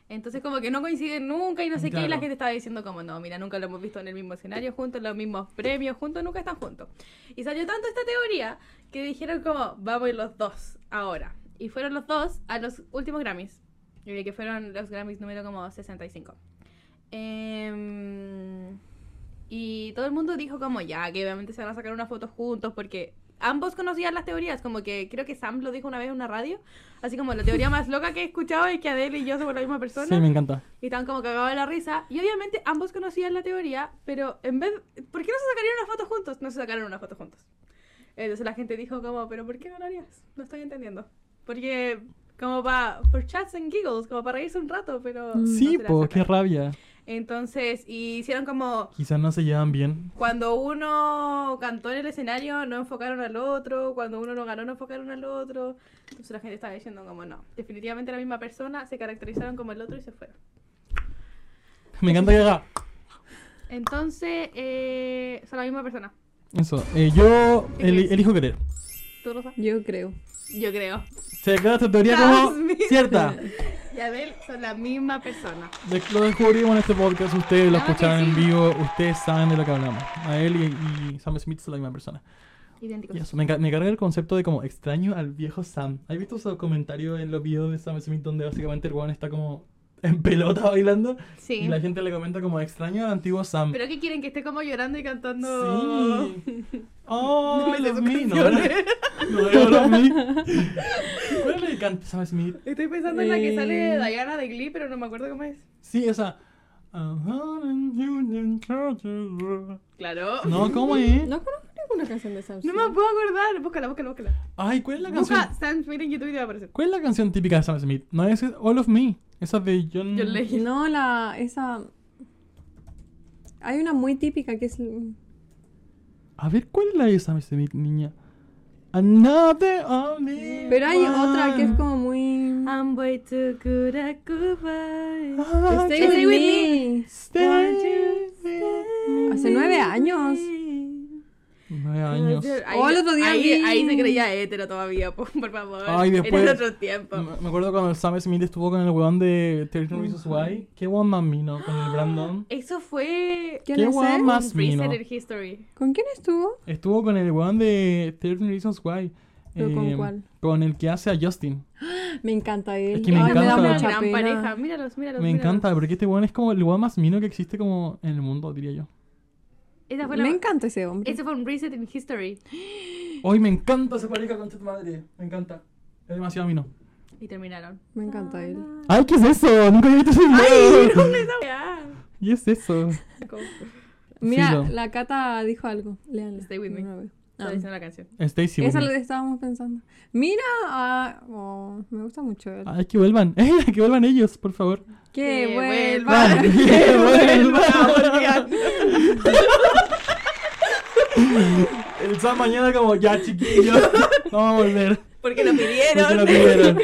Entonces como que no coinciden nunca y no sé qué. Y la Claro. gente estaba diciendo como, no, mira, nunca lo hemos visto en el mismo escenario juntos, los mismos premios juntos, nunca están juntos. Y salió tanto esta teoría que dijeron como, vamos a ir los dos ahora. Y fueron los dos a los últimos Grammys. eh, Que fueron los Grammys número como 65. Em, y todo el mundo dijo como ya, que obviamente se van a sacar unas fotos juntos porque ambos conocían las teorías, como que creo que Sam lo dijo una vez en una radio, así como la teoría más loca que he escuchado es que Adele y yo somos la misma persona Sí, me encanta. y estaban como cagados de la risa y obviamente ambos conocían la teoría, pero en vez, ¿por qué no se sacarían unas fotos juntos? No se sacaron unas fotos juntos. Entonces la gente dijo como, pero ¿por qué no lo harías? No estoy entendiendo. Porque como para, por chats and giggles, como para reírse un rato, pero... Mm, no sí, se la po, sacaron. qué rabia. Entonces, y hicieron como Quizás no se llevan bien. cuando uno cantó en el escenario no enfocaron al otro, cuando uno no ganó no enfocaron al otro. Entonces la gente estaba diciendo como no, definitivamente la misma persona, se caracterizaron como el otro y se fueron. Me encanta que haga Entonces, eh, son la misma persona. eso. Eh, yo ¿Qué eli- crees? elijo querer. ¿Tú lo sabes? Yo creo. Yo creo. Se declara esta teoría Dios como mío. cierta. Y Abel son la misma persona. De- Lo descubrimos en este podcast, ustedes lo Claro que escucharon en sí. vivo, ustedes saben de lo que hablamos. A él y, y Sam Smith son la misma persona. Idénticos. Y eso, me, enca- me carga el concepto de como extraño al viejo Sam. ¿Has visto esos comentarios en los videos de Sam Smith donde básicamente el weón está como en pelota bailando. Sí. Y la gente le comenta como extraño al antiguo Sam. Pero que quieren que esté como llorando y cantando. Sí. Oh, No me sé los sus Smith. No, canciones. no, no, era los Smith. ¿Cuál le canta Sam Smith? Estoy pensando en la que sale Eh. de Diana de Glee, pero no me acuerdo cómo es. Sí, esa. No, Claro. ¿cómo es? No conozco ninguna canción de Sam No Smith. me puedo acordar. Búscala, búscala, búscala. Ay, ¿cuál es la canción? Busca Sam Smith en YouTube y te va a aparecer. ¿Cuál es la canción típica de Sam Smith? No es All of Me. Esa de John. John Legend. No, la. esa. Hay una muy típica que es. A ver, ¿cuál es la de Sam Smith, niña? Another only. Pero hay otra que es one. como muy. I'm way too good at goodbye. Ah, Stay with me. stay with me. Hace nueve años. Nueve años. Ahí, Oh, el otro día ahí, vi- ahí se creía hétero todavía, po, por favor. Ay, después- En el otro tiempo. Me me acuerdo cuando Sam Smith estuvo con el weón de 13 Reasons Why. Qué weón más mino con el Brandon. Eso fue. ¿Quién Qué es guau, él? ma- Más Freezer mino. en History. ¿Con quién estuvo? Estuvo con el weón de 13 Reasons Why. ¿Pero con eh, cuál? con el que hace a Justin. Me encanta él. Es que me Ay, Era da encanta. una mucha gran pena. pareja. Míralos, míralos. Me míralos. encanta, porque este weón es como el weón más mino que existe como en el mundo, diría yo. Esa fue la- Me encanta ese hombre. Ese fue un Reset in History. Hoy me encanta esa pareja con tu madre. Me encanta. Es demasiado mino. Y terminaron. Me encanta Ah, él. Ay, ¿qué es eso? Nunca había visto ese video. ¿Y es eso? Ah. Mira, Filo. la Cata dijo algo. Léanla. Stay with me. No la veo. Está Ah. diciendo la canción. Stacy. Esa es lo Woodman. que estábamos pensando. Mira, ah, oh, me gusta mucho él. Ay, Ah, que vuelvan. Ey, que vuelvan ellos, por favor. que Ah. que vuelva. vuelva. que Ah, Volvían. El sábado mañana como, ya chiquillos, no vamos a volver. Porque lo pidieron. Porque lo pidieron.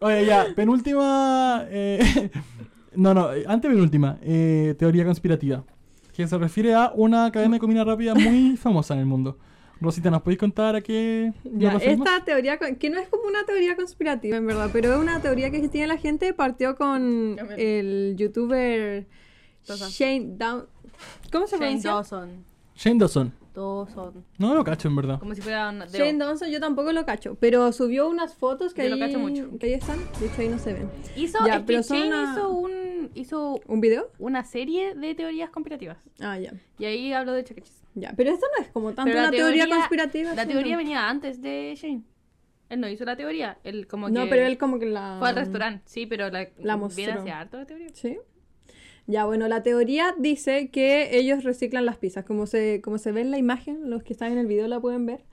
Oye, ya, penúltima... eh, no, no, eh, antepenúltima. eh, teoría conspirativa. Que se refiere a una cadena de comida rápida muy famosa en el mundo. Rosita, ¿nos podéis contar a qué nos Ya, referimos? esta teoría, con- que no es como una teoría conspirativa, en verdad, pero es una teoría que tiene la gente, partió con el youtuber Dawson. Shane Down. ¿Cómo se Shane pronuncia? Dawson. Shane Dawson. Dawson. No lo cacho, en verdad. Como si fuera un dedo. Shane Dawson, yo tampoco lo cacho, pero subió unas fotos que, Yo lo ahí, cacho mucho. que ahí están, de hecho ahí no se ven. Hizo, Ya, es que pero son Shane una- hizo un hizo ¿Un video? una serie de teorías conspirativas. Ah, ya, Y ahí habló de E. chaqueches. ya. Pero esto no es como tanto Pero la una teoría, teoría- conspirativa. La sino- teoría venía antes de Shane. Él no hizo la teoría. Él como No, que pero él como que la... fue al restaurante. Sí, pero la, la viene mostró. hacia harto la teoría. Sí. Ya, bueno, la teoría dice que ellos reciclan las pizzas. Como se, como se ve en la imagen, los que están en el video la pueden ver.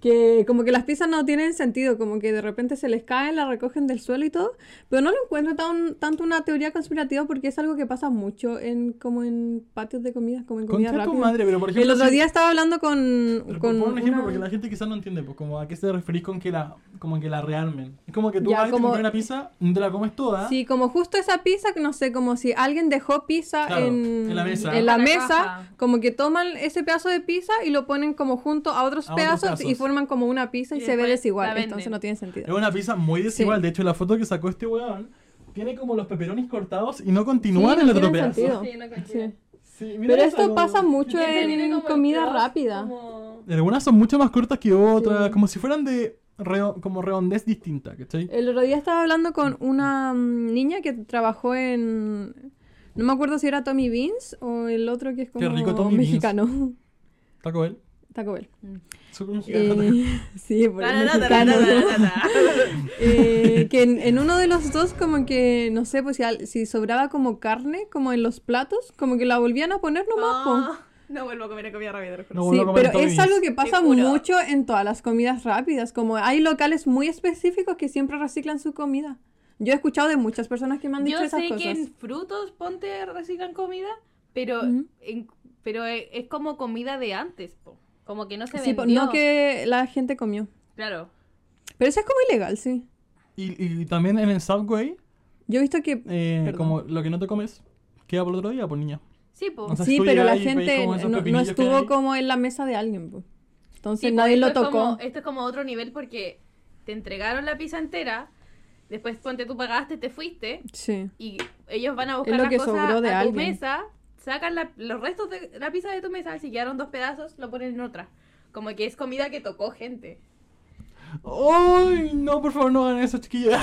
Que como que las pizzas no tienen sentido, como que de repente se les caen, la recogen del suelo y todo. Pero no lo encuentro tan, tanto una teoría conspirativa porque es algo que pasa mucho en como en patios de comidas, como en comida Contra tu rápida. madre, pero por ejemplo... El otro si- día estaba hablando con... Pero con pon un ejemplo, una- porque la gente quizás no entiende, pues, como a qué se referís con que la, como que la realmen. Es como que tú Ya, vas y te como- compras una pizza, no te la comes toda, Sí, como justo esa pizza, que no sé, como si alguien dejó pizza Claro, en, en la mesa. en la En la mesa, caja. como que toman ese pedazo de pizza y lo ponen como junto a otros A otros pedazos y pedazos. forman como una pizza y, Y se ve después la desigual, venden. entonces no tiene es sentido. una pizza muy desigual. De hecho, la foto que sacó este weón tiene como los peperonis cortados y no continúan Sí, en no el otro tienen pedazo. sentido. Sí, no coincide. Sí. Sí, mira Pero esa, esto como- pasa mucho Ese tiene en como el comida cross, rápida. como- Algunas son mucho más cortas que otras, como si fueran de reo- como redondez distinta, ¿cachai? El otro día estaba hablando con una mm, niña que trabajó en... No me acuerdo si era Tommy Beans o el otro que es como rico Tommy Beans. mexicano. Taco Bell. Taco Bell. Súper mexicano. Eh, sí, por el Tarará, mexicano. tarará, tarará. Eh, que en, en uno de los dos como que, no sé, pues si, al- si sobraba como carne, como en los platos, como que la volvían a poner nomás. po. Ah, No vuelvo a comer comida rápida. te lo juro. No vuelvo sí, a comer pero Tommy es Beans. algo que pasa juro. mucho en todas las comidas rápidas, como hay locales muy específicos que siempre reciclan su comida. Yo he escuchado de muchas personas que me han dicho Yo esas sé cosas. que en frutos ponte reciclan comida, pero, Ujú. en- pero e- es como comida de antes, po. como que no se Sí, po, vendió. no que la gente comió. Claro. Pero eso es como ilegal, sí. Y, y también en el Subway, Yo he visto que... eh, Perdón. como lo que no te comes, queda por el otro día, pues niña. Sí, po. O sea, sí, tú pero la llegas y pedís gente como esos no- no, pepinillos que hay. estuvo como en la mesa de alguien. po. Entonces Sí, po, nadie esto lo es tocó. como- eh, esto es como otro nivel porque te entregaron la pizza entera, después ponte tú pagaste, te fuiste Sí. y ellos van a buscar Es lo las que cosas sobró de a tu alguien. mesa, sacan la- los restos de la pizza de tu mesa, si quedaron dos pedazos, lo ponen en otra. Como que es comida que tocó gente. ¡Ay! No, por favor, no hagan eso, chiquillos.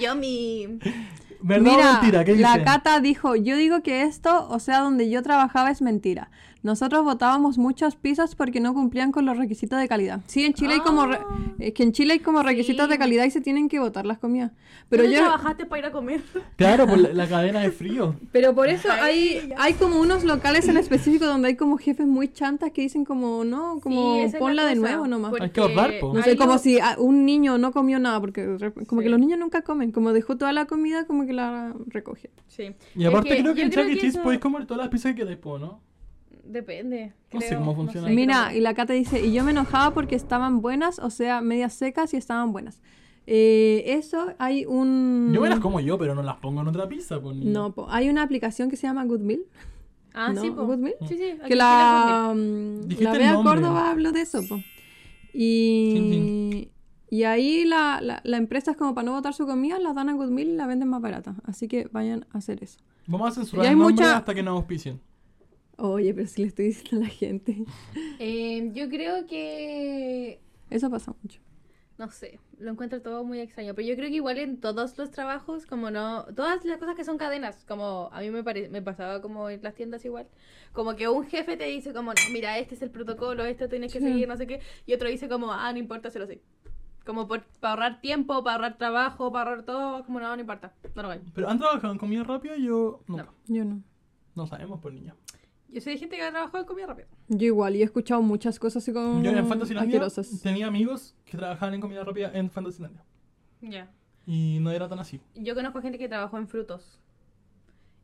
Yummy. ¿Verdad o mentira? ¿Qué la dicen? Cata dijo, yo digo que esto, o sea, donde yo trabajaba es mentira. Nosotros votábamos muchos pisos porque no cumplían con los requisitos de calidad. Sí, en Chile hay como re- Ah. es que en Chile hay como requisitos de calidad y se tienen que votar las comidas. Pero ¿Dónde yo trabajaste para ir a comer? Claro, por la, la cadena de frío. pero por eso hay hay como unos locales en específico donde hay como jefes muy chantas que dicen como, no, como Sí, esa es la ponla de cosa, nuevo nomás. porque Hay que ahorrar, po. No sé, hay como un- si ah, un niño no comió nada, porque re- como que los niños nunca comen, como dejó toda la comida, como que la recoge. Sí. Y Es aparte creo que yo en Chuck E. Cheese eso podéis comer todas las pizzas que queráis, po, ¿no? Depende. No sé creo, cómo funciona. creo. Mira, y la Cata dice, y yo me enojaba porque estaban buenas, o sea, medias secas y estaban buenas. Eh, eso hay un... Yo me las como yo, pero no las pongo en otra pizza, pues, po, niña. Mm. No, po, hay una aplicación que se llama Good Meal. Ah, ¿no? sí, po. Good Meal. Sí, sí. aquí que sí la, mm, Dijiste la el Bea nombre. Córdoba habló de eso, po. Y, y ahí la, la, la empresa es como para no botar su comida, la dan a Good Meal y la venden más barata. Así que vayan a hacer eso. Vamos a censurar Y hay el nombre mucha- hasta que nos auspicien. Oye, pero si le estoy diciendo a la gente. confundí. Eh, yo creo que Eso pasa mucho. no sé, lo encuentro todo muy extraño, pero yo creo que igual en todos los trabajos, como no, todas las cosas que son cadenas, como a mí me, pare- me pasaba como en las tiendas igual, como que un jefe te dice como, no, mira, este es el protocolo, esto tienes que Sí. seguir, no sé qué, y otro dice como, ah, no importa, se lo sé. Como por, para ahorrar tiempo, para ahorrar trabajo, para ahorrar todo, como no, no importa, no lo hagáis. Pero han trabajado en comida rápida yo nunca. No, Yo no. sabemos, por niña. Yo sé de gente que ha trabajado en comida rápida. Yo igual, y he escuchado muchas cosas así como Yo en Fantasylandia Mm, asquerosas. tenía amigos que trabajaban en comida rápida en Fantasylandia. Ya. Y no era tan así. Yo conozco gente que trabajó en frutos.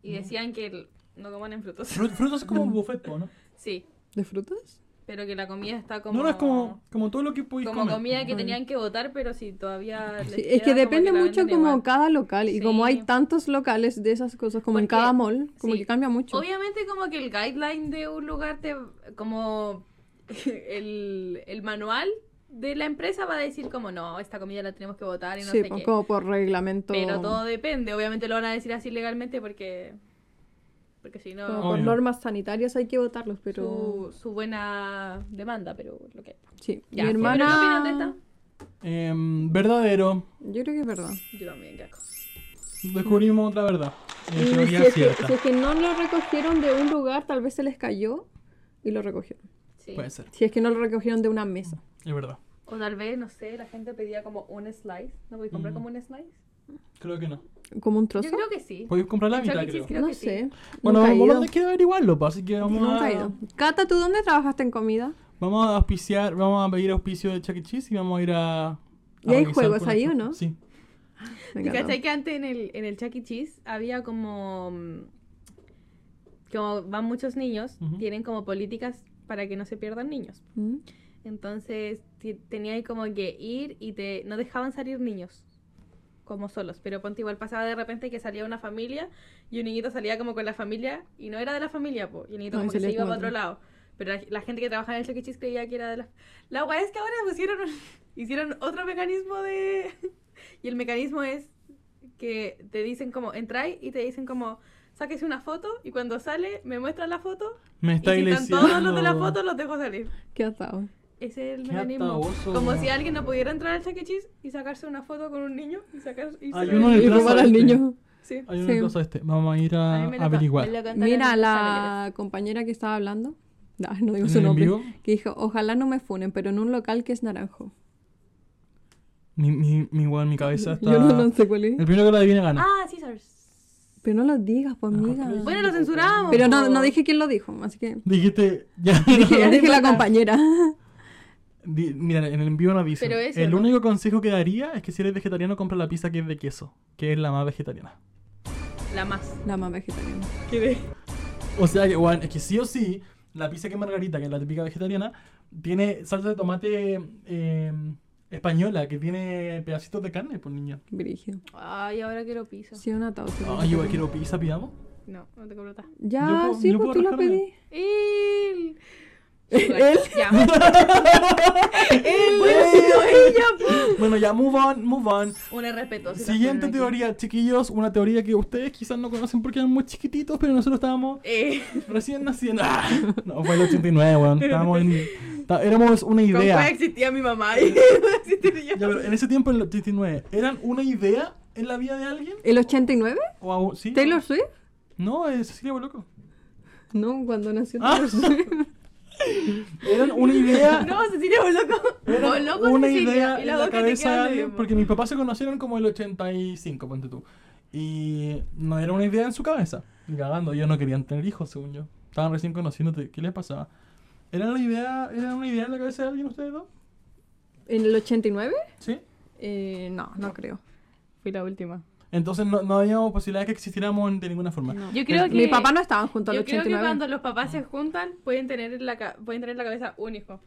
Y decían que el- no coman en frutos. Fru- Frutos es como un buffet, po, ¿no? Sí, ¿De frutas? pero que la comida está como... No, no, es como, como todo lo que podéis como comer. comida que Ay. tenían que votar, pero si todavía... les Sí, es que queda, como depende la mucho venden como igual. cada local y como hay Sí. tantos locales de esas cosas como en Porque- cada mall, como sí. que cambia mucho. Obviamente como que el guideline de un lugar te... Como el, el manual de la empresa va a decir como, no, esta comida la tenemos que votar y no sí, sé po- qué. como por reglamento. Pero todo depende. Obviamente lo van a decir así legalmente porque... Porque si como no... por Obvio. normas sanitarias hay que votarlos, pero Su, su buena demanda, pero lo que... sí, Ya, mi ¿pero hermana ¿Qué opinan de esta? Em, verdadero. Yo creo que es verdad. Yo también, caco. Descubrimos otra verdad. Eh, Y si teoría es, que, cierta. si es que no lo recogieron de un lugar, tal vez se les cayó y lo recogieron. Sí. Puede ser. Si es que no lo recogieron de una mesa. Es verdad. O tal vez, no sé, la gente pedía como un slice. ¿No voy a comprar como un slice? Creo que no. como un Yo trozo. creo que sí. Podéis comprar la En Chuck mitad, E. creo. Cheese creo no que sí. sé. Bueno, nunca he vamos ido. a tener que averiguarlo, pues, así que vamos Nunca a... he ido. Cata, ¿tú dónde trabajaste en comida? Vamos a auspiciar, vamos a pedir auspicio de Chuck E. Cheese y vamos a ir a... a ¿Y hay revisar juegos con ahí o eso. no? Sí. Me ¿Te encantó. cachai que antes en el, en el Chuck E. Cheese había como. mm, Como van muchos niños, Ujú. tienen como políticas para que no se pierdan niños. Mm. Entonces ti- tenía ahí como que ir y te no dejaban salir niños como solos, pero ponte igual pasaba de repente que salía una familia y un niñito salía como con la familia y no era de la familia, po, y el niñito No, y como que salía se iba como para otro otro. lado. Pero la, la gente que trabajaba en el Chuck E. Cheese creía que era de la La wea es que ahora pusieron un- hicieron otro mecanismo de y el mecanismo es que te dicen como entráis y te dicen como sáquese una foto y cuando sale me muestran la foto Me y está si están iglesiando. todos los de la foto los dejo salir. Qué atado. Ese es el Qué mecanismo. ataboso, Como weón. si alguien no pudiera entrar al Chuck E. Cheese y sacarse una foto con un niño y sacar y Hay sacar- uno en Y el plazo robar al este. niño. Sí. Hay una Sí. cosa este. Vamos a ir a, mí me lo- averiguar. me lo contaron Mira, en Los la compañera que estaba hablando, no, no digo ¿En su el en nombre, vivo? que dijo, ojalá no me funen, pero en un local que es naranjo. Mi, mi, mi, weón, mi cabeza está... Yo no, no sé cuál es. El primero que la adivine gana. Ah, Caesars. Pero no lo digas, pues, Ah, amiga. Bueno, lo censuramos. Pero no, po. no dije quién lo dijo, así que... Dijiste... Ya, Dije, no. dije la compañera. Di- Mira, en el envío no aviso. Pero eso, el ¿no? único consejo que daría es que si eres vegetariano, compra la pizza que es de queso, que es la más vegetariana. La más. La más vegetariana. O sea que, bueno, es que sí o sí, la pizza que es margarita, que es la típica vegetariana, tiene salsa de tomate eh, española, que tiene pedacitos de carne, por niña. Brígido. Ay, ahora quiero pizza. Sí, un atado. sí. Ay, yo quiero pizza, pidamos. No, no tengo plata. Ya, Yo puedo- sí, yo pues puedo tú lo rajarme. pedí. Él. Él. Ya. Él. Bueno, sino ella, pues. po. Bueno, ya, move on, move on. Una respeto. Siguiente teoría, chiquillos, una teoría que ustedes quizás no conocen porque eran muy chiquititos, pero nosotros estábamos Eh, recién naciendo. ¡Ah! No, fue el 89, weón. Estábamos en... ta- Éramos una con idea. cuál existía mi mamá y no existía yo. Ya, pero en ese tiempo, en el 89, eran una idea en la vida de alguien? ¿El 89? ¿O a- sí? ¿Taylor Swift? No, es Cecilia Boloco. No, cuando nació Ah. Taylor Swift. Era una idea. No, Cecilia Boloco. Era Boloco una Cecilia, idea y en las la dos que te cabeza de quedan alguien, de- porque mis papás se conocieron como el 85, ponte tú. Y no era una idea en su cabeza. Ni cagando, ellos no querían tener hijos, según yo. Estaban recién conociéndote, ¿qué les pasaba? ¿Era una idea, era una idea en la cabeza de alguien ustedes dos? ¿En el 89? ¿Sí? Eh, no, no creo. Fui la última. Entonces no, no había posibilidad de que existiéramos de ninguna forma. Yo creo que. Mi papá no estaban junto al Yo creo que 89. cuando los papás se juntan pueden tener en la, ca- pueden tener en la cabeza un hijo.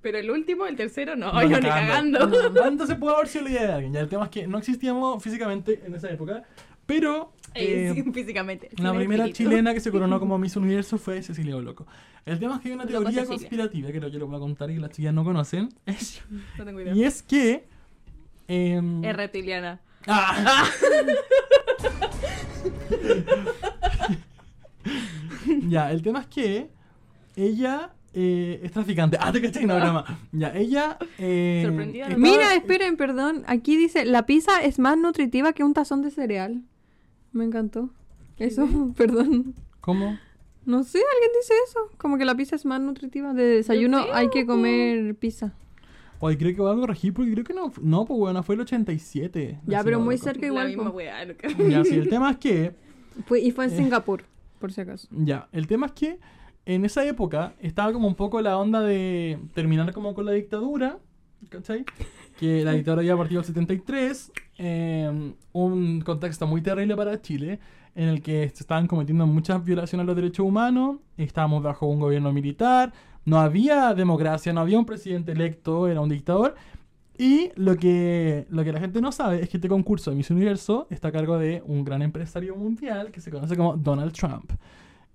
Pero el último, el tercero, no. No, yo ni ni cagando. cagando. Ah, Entonces puede haber sido la idea de alguien. Ya el tema es que no existíamos físicamente en esa época, pero... Eh, eh, sí, físicamente. La sin primera espíritu. chilena que se coronó como Miss Universo fue Cecilia Boloco. El tema es que hay una Loco teoría Cecilia. conspirativa que no- yo lo voy a contar y que las chicas no conocen. Es- No tengo idea. y es que. em, Es reptiliana. Ah. ya, el tema es que ella eh, es traficante. Ah, te caché, no, broma. Ya, ella. eh, Sorprendida, ¿no? estaba- Mira, esperen, perdón. Aquí dice, la pizza es más nutritiva que un tazón de cereal. Me encantó. Eso, perdón. ¿Cómo? No sé, alguien dice eso. Como que la pizza es más nutritiva. De desayuno hay que comer pizza. Oye, creo que voy a corregir porque creo que no. No, pues bueno, fue el 87. Ya, Cecilia pero muy Boloco. cerca La igual. misma po. weá. no- Ya, sí, el tema es que. Fue- y fue en Eh. Singapur, por si acaso. Ya, el tema es que en esa época estaba como un poco la onda de terminar como con la dictadura, ¿cachai? Que la dictadura había partido el 73, eh, un contexto muy terrible para Chile, en el que se estaban cometiendo muchas violaciones a los derechos humanos, estábamos bajo un gobierno militar, no había democracia, no había un presidente electo, era un dictador. Y lo que, lo que la gente no sabe es que este concurso de Miss Universo está a cargo de un gran empresario mundial que se conoce como Donald Trump.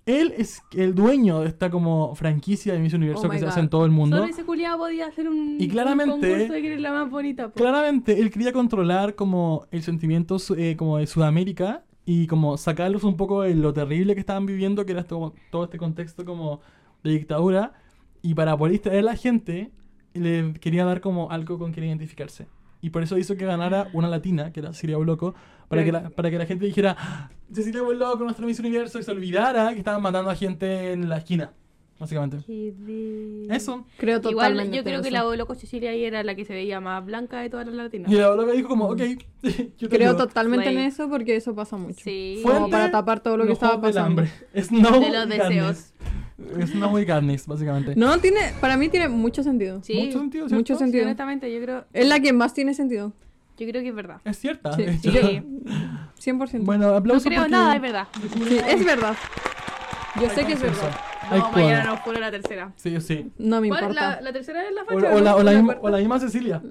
Él es el dueño de esta como franquicia de Miss Universo Oh que my se hace God. en todo el mundo. Solo ese culiado podía hacer un, Y claramente- un concurso de que eres la más bonita. po. Claramente, él quería controlar como el sentimiento su- eh, como de Sudamérica y como sacarlos un poco de lo terrible que estaban viviendo, que era todo, todo este contexto como de dictadura. Y para poder distraer a la gente, le quería dar como algo con que identificarse. Y por eso hizo que ganara una latina, que era Cecilia Boloco, para, que la, para que la gente dijera, "Ah, Cecilia Boloco, nuestra Miss Universo, y se olvidara que estaban matando a gente en la esquina, básicamente. Eso. Creo totalmente. Igual yo creo eso. que la Boloco Cecilia ahí era la que se veía más blanca de todas las latinas. Y la Boloco dijo como, ok, yo te Creo ayudo". totalmente en Slay. eso porque eso pasa mucho. Sí. Fuente, Como para tapar todo lo que los estaba Juegos del pasando. Hambre. Snow De los y deseos. Katniss. Snow y Katniss, básicamente. No, tiene, para mí tiene mucho sentido. Sí. Mucho sentido, ¿cierto? Mucho Sí, sentido. honestamente, yo creo, Es la que más tiene sentido. yo creo que es verdad. Es cierta, Sí. de hecho. Sí. Yo- 100%. Bueno, No aplausos creo porque- nada, es verdad. Sí, es verdad. Yo sé que es Eso. verdad. Hay No, mañana cuadro. nos pone la tercera. Sí, sí. No me ¿Cuál es la, importa. la tercera es la O, facha? o la, o, la ¿no? misma, o la misma Cecilia.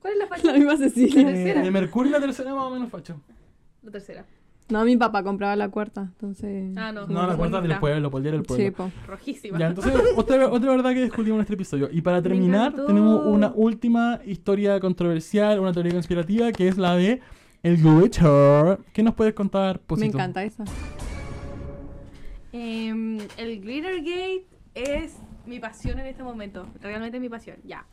¿Cuál es la facha? La misma Cecilia. Eh, de Mercurio y la tercera más o menos facho. La tercera. No, mi papá compraba la cuarta, entonces... Ah, no. No, la cuarta del bonita. pueblo, por el día del Sí, pueblo. po. Rojísima. Ya, entonces, otra, otra verdad que descubrimos en este episodio. Y para terminar, encantó. tenemos una última historia controversial, una teoría conspirativa, que es la de el glitter. ¿Qué nos puedes contar, Me Posito? encanta esa. Em, el Glittergate es mi pasión en este momento. Realmente mi pasión. Ya.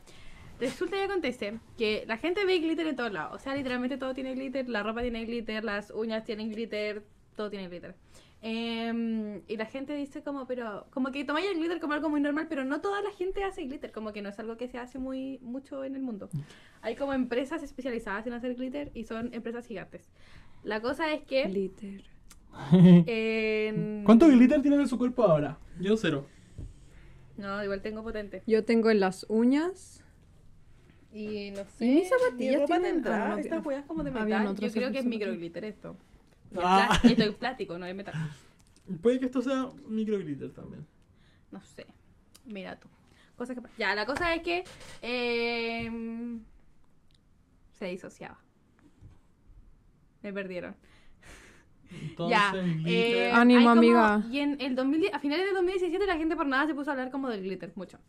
Resulta y acontece que la gente ve glitter en todos lados. O sea, literalmente todo tiene glitter. La ropa tiene glitter, las uñas tienen glitter, todo tiene glitter. Em, y la gente dice como, pero como que tomáis el glitter como algo muy normal, pero no toda la gente hace glitter, como que no es algo que se hace muy mucho en el mundo. Hay como empresas especializadas en hacer glitter y son empresas gigantes. La cosa es que... Glitter. en- ¿Cuánto glitter tienen en su cuerpo ahora? Yo cero. No, igual tengo potente. Yo tengo en las uñas... Y no sé. ¿Y mis zapatillas mi ropa tienen? tendrá Ah, no, estas no. weas como de Habían metal. Yo otras creo que es zapatillas. microglitter esto. Y es Ah. plas- y esto es plástico, no es metal. Puede que esto sea micro glitter también. No sé. Mira tú. Cosas que pa- Ya, la cosa es que em, se disociaba. Me perdieron. Entonces, eh, glitter. Ah, Ánimo, hay como- amiga. Y en el 2010 a finales del 2017 la gente por nada se puso a hablar como del glitter mucho.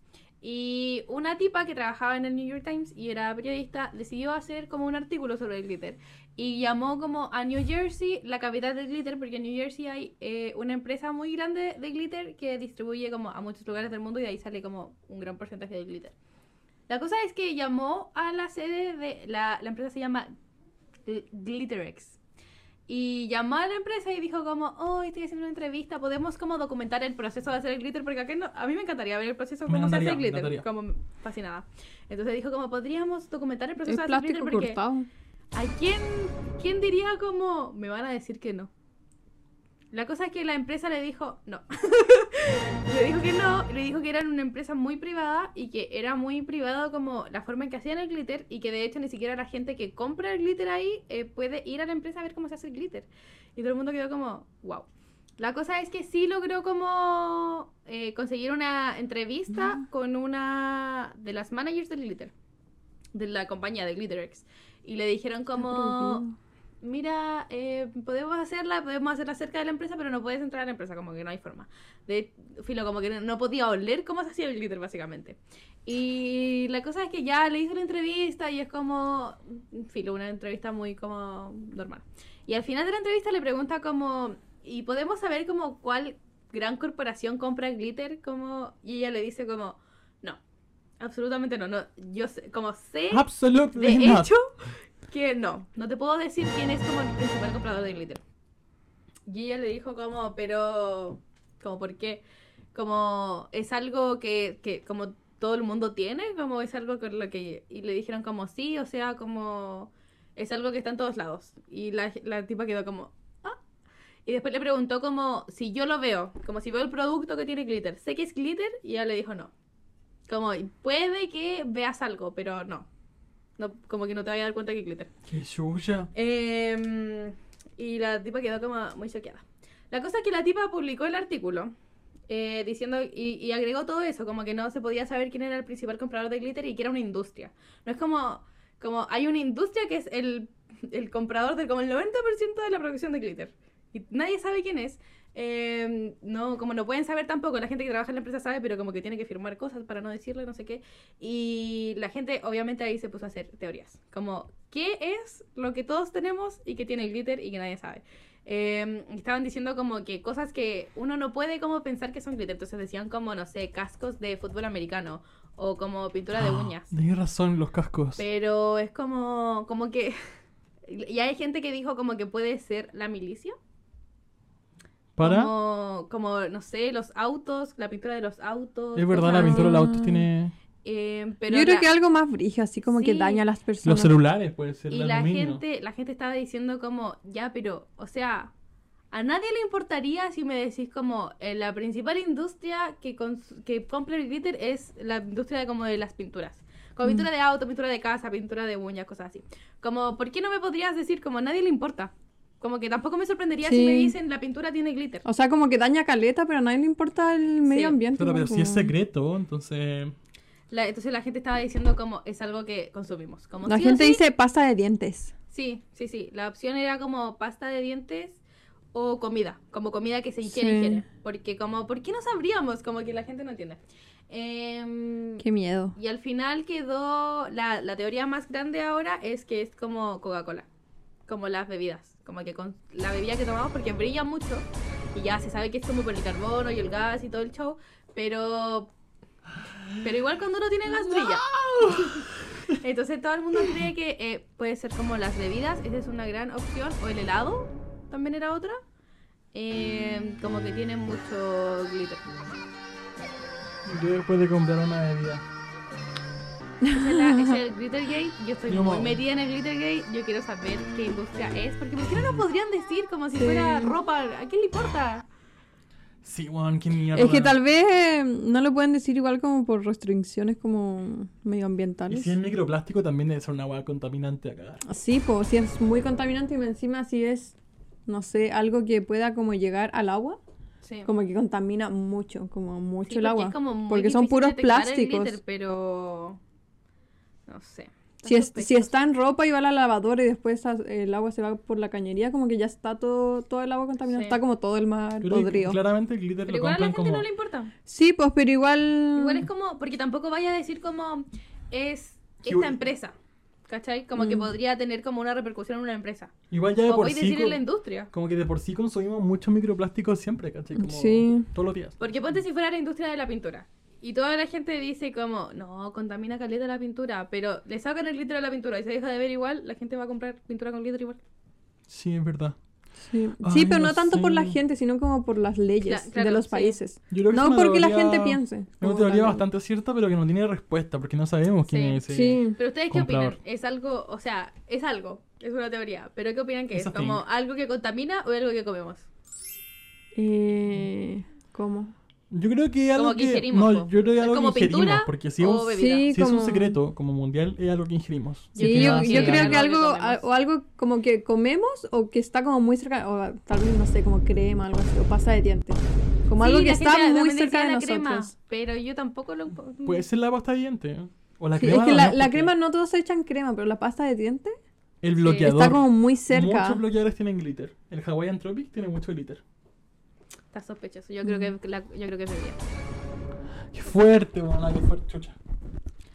Y una tipa que trabajaba en el New York Times y era periodista decidió hacer como un artículo sobre el glitter. Y llamó como a New Jersey la capital del glitter porque en New Jersey hay eh, una empresa muy grande de glitter que distribuye como a muchos lugares del mundo y de ahí sale como un gran porcentaje de glitter. La cosa es que llamó a la sede de la, la empresa se llama Gl- Glitterex. Y llamó a la empresa y dijo como, oh, estoy haciendo una entrevista, podemos como documentar el proceso de hacer el glitter, porque acá no- a mí me encantaría ver el proceso de Me cómo se hace el encantaría, me glitter, como fascinada. Entonces dijo como, podríamos documentar el proceso Es de hacer glitter, plástico porque cortado. ¿a quién, quién diría como, me van a decir que no? La cosa es que la empresa le dijo no. le dijo que no, le dijo que eran una empresa muy privada y que era muy privado como la forma en que hacían el glitter y que de hecho ni siquiera la gente que compra el glitter ahí eh, puede ir a la empresa a ver cómo se hace el glitter. Y todo el mundo quedó como, wow. La cosa es que sí logró como eh, conseguir una entrevista con una de las managers del glitter, de la compañía de GlitterX. Y le dijeron como, prohibido. mira, eh, podemos hacerla, podemos hacerla cerca de la empresa, pero no puedes entrar a la empresa, como que no hay forma. De filo, como que no podía oler cómo se hacía el glitter, básicamente. Y la cosa es que ya le hizo la entrevista y es como, filo, una entrevista muy como normal. Y al final de la entrevista le pregunta como, ¿y podemos saber como cuál gran corporación compra glitter? Como, y ella le dice como, no, absolutamente no, no, yo sé- como sé... Ah, Absolutely De not. hecho, que no. No te puedo decir quién es como el principal comprador de glitter. Y ella le dijo como, pero, como, ¿por qué? Como, es algo que, que como todo el mundo tiene, como es algo con lo que... Y le dijeron como, sí, o sea, como, es algo que está en todos lados. Y la, la tipa quedó como, ah. Y después le preguntó como, si yo lo veo, como si veo el producto que tiene glitter. Sé que es glitter y ella le dijo no. Como, puede que veas algo, pero no. No, como que no te vayas a dar cuenta que es glitter. Qué chucha. Em, y la tipa quedó como muy choqueada. La cosa es que la tipa publicó el artículo eh, diciendo y, y agregó todo eso, como que no se podía saber quién era el principal comprador de glitter y que era una industria. No es como, como hay una industria que es el, el comprador del como el 90% de la producción de glitter. Y nadie sabe quién es. Em, no, como no pueden saber tampoco, la gente que trabaja en la empresa sabe, pero como que tiene que firmar cosas para no decirle, no sé qué. Y la gente obviamente ahí se puso a hacer teorías, como qué es lo que todos tenemos y que tiene el glitter y que nadie sabe. Eh, y estaban diciendo como que cosas que uno no puede como pensar que son glitter, entonces decían como, no sé, cascos de fútbol americano o como pintura Ah. de uñas. Tienes razón, los cascos. Pero es como, como que... Y hay gente que dijo como que puede ser la milicia. ¿Para? Como, como, no sé, los autos, la pintura de los autos. Es verdad, cosas la así. pintura de los autos Ah. tiene... Eh, pero Yo creo la- que algo más brillo, así como que Sí. daña a las personas. Los celulares, puede ser. Y de la aluminio. gente, la gente estaba diciendo como, ya, pero, o sea, a nadie le importaría si me decís como eh, la principal industria que, cons- que compra el glitter es la industria de como de las pinturas. Mm. Como pintura de auto, pintura de casa, pintura de uñas, cosas así. Como, ¿por qué no me podrías decir? Como a nadie le importa. Como que tampoco me sorprendería si Sí. me dicen la pintura tiene glitter. O sea, como que daña caleta, pero a nadie le importa el medio ambiente. Pero, pero como- si es secreto, entonces... La- entonces la gente estaba diciendo como es algo que consumimos. Como, La sí o gente sí, dice pasta de dientes. Sí, sí, sí. La opción era como pasta de dientes o comida, como comida que se Sí. ingiere, ingiere. Porque como, ¿por qué no sabríamos? Como que la gente no entiende. Em, Qué miedo. y al final quedó, la, la teoría más grande ahora es que es como Coca-Cola, como las bebidas, como que con la bebida que tomamos porque brilla mucho y ya se sabe que es como por el carbono y el gas y todo el show, pero... Pero igual cuando uno tiene gas brilla. Entonces todo el mundo cree que eh, puede ser como las bebidas, esa es una gran opción, o el helado también era otra, Em, como que tiene mucho glitter. Yo después de comprar una bebida. Esa es, la- esa es el Glittergate. Yo estoy Yo muy mo- metida en el Glittergate. Yo quiero saber qué industria es. Porque ¿por qué no lo podrían decir como si Sí. fuera ropa? ¿A quién le importa? Sí, weón, qué mierda. Es que tal vez eh, no lo pueden decir igual como por restricciones como Y medioambientales. si es microplástico, también debe ser una agua contaminante acá. Sí, pues si es muy contaminante y encima si es, no sé, algo que pueda como llegar al agua, Sí. como que contamina mucho, como mucho Sí, el porque agua. es como muy porque son difícil puros detectar el plásticos. glitter, pero. No sé. Si, es- si Sospechoso. está en ropa y va a la lavadora y después a- el agua se va por la cañería, como que ya está todo, todo el agua contaminado, Sí. está como todo el mar Creo que podrido. claramente el glitter Pero lo igual a la compran gente como. no le importa. Sí, pues, pero igual... Igual es como. Porque tampoco vaya a decir como. Es Que esta u- empresa. ¿Cachai? Como Mm. que podría tener como una repercusión en una empresa. Igual ya de O por voy a sí. decir en co- la industria. Como que de por sí consumimos mucho microplástico siempre, ¿cachai? Como Sí. Todos los días. Porque ponte si fuera la industria de la pintura. Y toda la gente dice como, no, contamina caleta la pintura, pero le sacan el glitter a la pintura y se deja de ver igual, la gente va a comprar pintura con glitter igual. Sí, es verdad. Sí, Ay, Sí, pero no no tanto por la sé. gente, sino como por las leyes Cla- claro, de los sí. países. Yo creo que es No una porque la teoría- gente piense. Es como una teoría tal. bastante cierta, pero que no tiene respuesta, porque no sabemos quién Sí. es. ese- Sí. Pero ustedes Comprador. qué opinan? Es algo, o sea, es algo, es una teoría, pero ¿qué opinan que It's es? a thing. ¿Como algo que contamina o algo que comemos? Eh, ¿Cómo? Yo creo que es algo Como que que, ingerimos, no, po. yo creo que es algo ¿Como que ingerimos, pintura porque si, o es un- bebida? Sí, si es un como- secreto como mundial, es algo que ingerimos. Sí, yo, Sí, yo sí, creo algo que que algo, comemos. o algo como que comemos o que está como muy cerca, o tal vez, no sé, como crema, algo así, o pasa de dientes. Como Sí, algo que la está gente muy también cerca de decía la nosotros. crema, pero yo tampoco lo... Mm. Puede ser la pasta de dientes. ¿eh? O la Sí, crema. es que no, la, no, la porque crema no todos echan crema, pero la pasta de dientes El Bloqueador. está como bloqueador. muy cerca. Muchos bloqueadores tienen glitter. El Hawaiian Tropic tiene mucho glitter. Está sospechoso, yo creo Mm. que, la- yo creo que es bebida. Qué fuerte, bueno, qué fuerte. Chucha.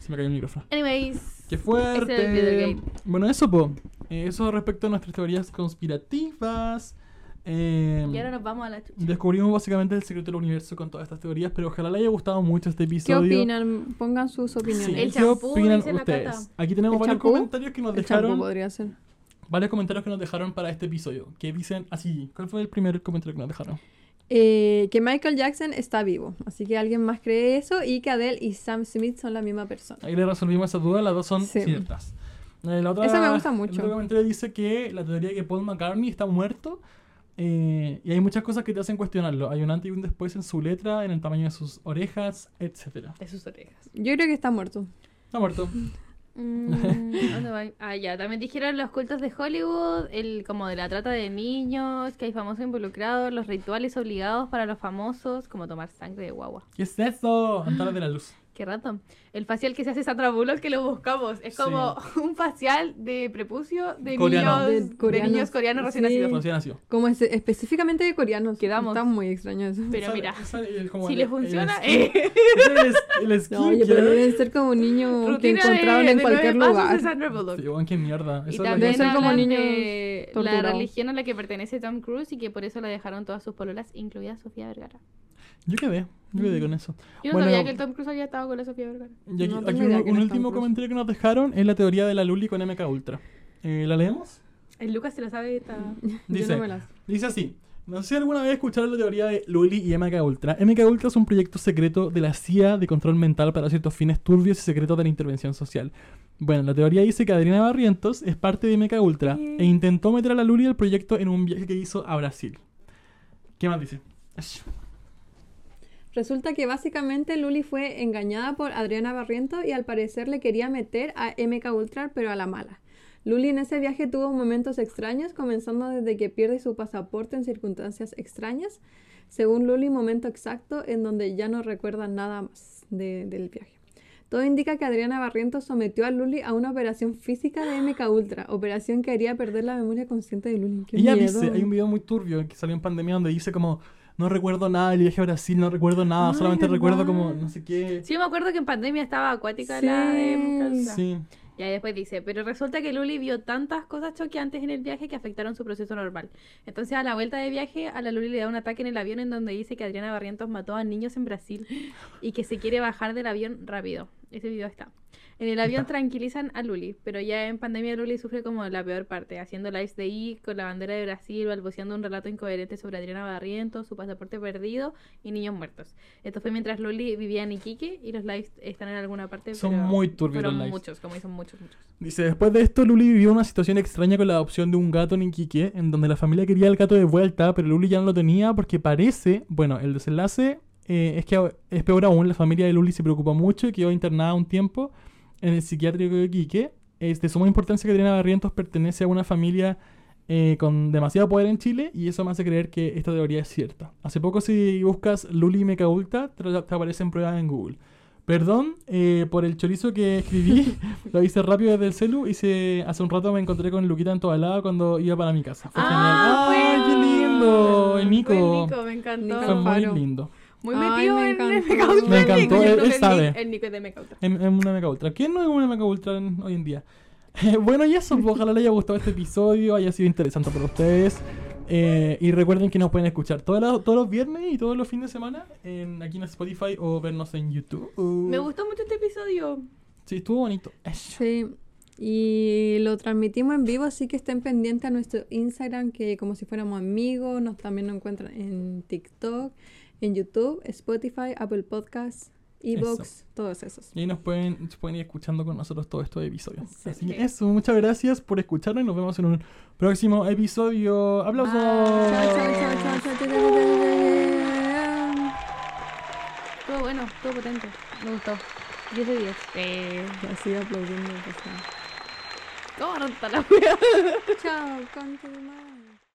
Se me cayó el micrófono. Anyways, Qué Ese era el fuerte. Gatorade. Bueno, eso, po. Eh, eso respecto a nuestras teorías conspirativas. Eh, y ahora nos vamos a la chucha. Descubrimos básicamente el secreto del universo con todas estas teorías, pero ojalá les haya gustado mucho este ¿Qué episodio. opinan? Pongan sus opiniones. Sí, El ¿Qué champú, opinan dice la ustedes? Cata. Aquí tenemos ¿El varios champú? comentarios que nos El champú dejaron. podría ser. Varios comentarios que nos dejaron para este episodio. Que dicen así. ¿Cuál fue el primer comentario que nos dejaron? Eh, que Michael Jackson está vivo, así que alguien más cree eso y que Adele y Sam Smith son la misma persona. Ahí le resolvimos esa duda, las dos son Sí. ciertas. Eh, La otra, Esa me gusta el mucho. otro comentario dice que la teoría de que Paul McCartney está muerto eh, y hay muchas cosas que te hacen cuestionarlo. Hay un antes y un después en su letra, en el tamaño de sus orejas, etcétera. De sus orejas. Yo creo que está muerto. Está muerto. Mm, ¿Dónde va? Ah, ya, también dijeron los cultos de Hollywood, el como de la trata de niños, que hay famosos involucrados, los rituales obligados para los famosos, como tomar sangre de guagua. ¿Qué es eso? Antara de la luz. Qué rato. El facial que se hace Sandra Bullock que lo buscamos. Es Sí. como un facial de prepucio de Coreano. niños De de, coreanos. niños coreanos recién Sí. nacidos. Recién nació. como es- específicamente de coreanos. Quedamos. Está muy extraño eso. Pero Esa- mira, esa- el- como si el- le el funciona, skin- eh, El, el No, oye, pero skincare. deben ser como niño que rutina de- encontraron de en nueve cualquier pasos de lugar. Sandra Bullock. Sí, weón, qué mierda. Eso Y es lo también que- Deben ser como hablan niños de la torturados. religión a la que pertenece Tom Cruise y que por eso la dejaron todas sus pololas, incluida Sofía Vergara. Yo quedé, yo Mm. quedé con eso. Yo no Bueno, sabía que el Tom Cruise había estado con la Sofía Vergara. Y aquí, No tengo aquí idea un, que un no es tan último cruz. comentario que nos dejaron es la teoría de la Luli con MK Ultra. Eh, ¿La leemos? El Lucas se lo sabe. Está... Yo Dice, no me las- dice así. No sé si alguna vez escucharon la teoría de Luli y MK Ultra. MK Ultra es un proyecto secreto de la CIA de control mental para ciertos fines turbios y secretos de la intervención social. Bueno, la teoría dice que Adriana Barrientos es parte de MK Ultra e intentó meter a la Luli al proyecto en un viaje que hizo a Brasil. ¿Qué más dice? Resulta que básicamente Luli fue engañada por Adriana Barriento y al parecer le quería meter a MK Ultra, pero a la mala. Luli en ese viaje tuvo momentos extraños, comenzando desde que pierde su pasaporte en circunstancias extrañas. Según Luli, momento exacto en donde ya no recuerda nada más de- del viaje. Todo indica que Adriana Barrientos sometió a Luli a una operación física de MK Ultra, operación que haría perder la memoria consciente de Luli. ¡Qué Ella miedo! dice, hay un video muy turbio que salió en pandemia donde dice como, no recuerdo nada del viaje a Brasil, no recuerdo nada, Ay, solamente ¿verdad? recuerdo como, no sé qué. Sí, yo me acuerdo que en pandemia estaba acuática Sí, la de Mucalsa. Sí. Y ahí después dice, pero resulta que Luli vio tantas cosas choqueantes en el viaje que afectaron su proceso normal. Entonces a la vuelta de viaje, a la Luli le da un ataque en el avión en donde dice que Adriana Barrientos mató a niños en Brasil y que se quiere bajar del avión rápido. Ese video está. En el avión tranquilizan a Luli, pero ya en pandemia Luli sufre como la peor parte, haciendo lives de I con la bandera de Brasil, balbuceando un relato incoherente sobre Adriana Barrientos, su pasaporte perdido y niños muertos. Esto fue mientras Luli vivía en Iquique y los lives están en alguna parte. Son pero muy turbios fueron los lives. muchos, como dicen muchos, muchos. Dice, después de esto Luli vivió una situación extraña con la adopción de un gato en Iquique, en donde la familia quería el gato de vuelta, pero Luli ya no lo tenía porque parece, bueno, el desenlace eh, es que a- es peor aún, la familia de Luli se preocupó mucho y quedó internada un tiempo en el psiquiátrico de Iquique. Es de suma importancia que Adriana Barrientos pertenece a una familia eh, con demasiado poder en Chile y eso me hace creer que esta teoría es cierta. Hace poco si buscas Luli Mecaulta te, te aparecen pruebas en Google. Perdón eh, por el chorizo que escribí, lo hice rápido desde el celu y se- hace un rato me encontré con Luquita en toda lado cuando iba para mi casa. Fue Ah, genial. ¡Ay, fue- qué lindo! El Fue Nico. el Nico, me encantó. Fue muy Alfaro. lindo. Muy Ay, metido me en encantó. Mecaultra. Me encantó, Yo él- creo él que el sabe. Nick- El Nico es de Mecaultra. En, en una Mecha Ultra. ¿Quién no es una Mecha Ultra en- hoy en día? Eh, bueno, y eso, pues, ojalá les haya gustado este episodio, haya sido interesante para ustedes. Eh, y recuerden que nos pueden escuchar todos los, todos los viernes y todos los fines de semana en, aquí en Spotify o vernos en YouTube. Me gustó mucho este episodio. Sí, estuvo bonito. Sí. Y lo transmitimos en vivo, así que estén pendientes a nuestro Instagram, que como si fuéramos amigos, nos también nos encuentran en TikTok, en YouTube, Spotify, Apple Podcasts, Evox, Eso. todos esos. Y ahí nos pueden, se pueden ir escuchando con nosotros todos estos episodios. Sí. Así que eso, muchas gracias por escucharnos y nos vemos en un próximo episodio. ¡Aplausos! Ah, Chao, chao, chao, chao, chao, chao, chao, chao, chao. Todo bueno, todo potente. Me gustó. 10 de 10. Eh, Y así aplaudiendo. pues, ya. corta la wea. Chao, concha de madre.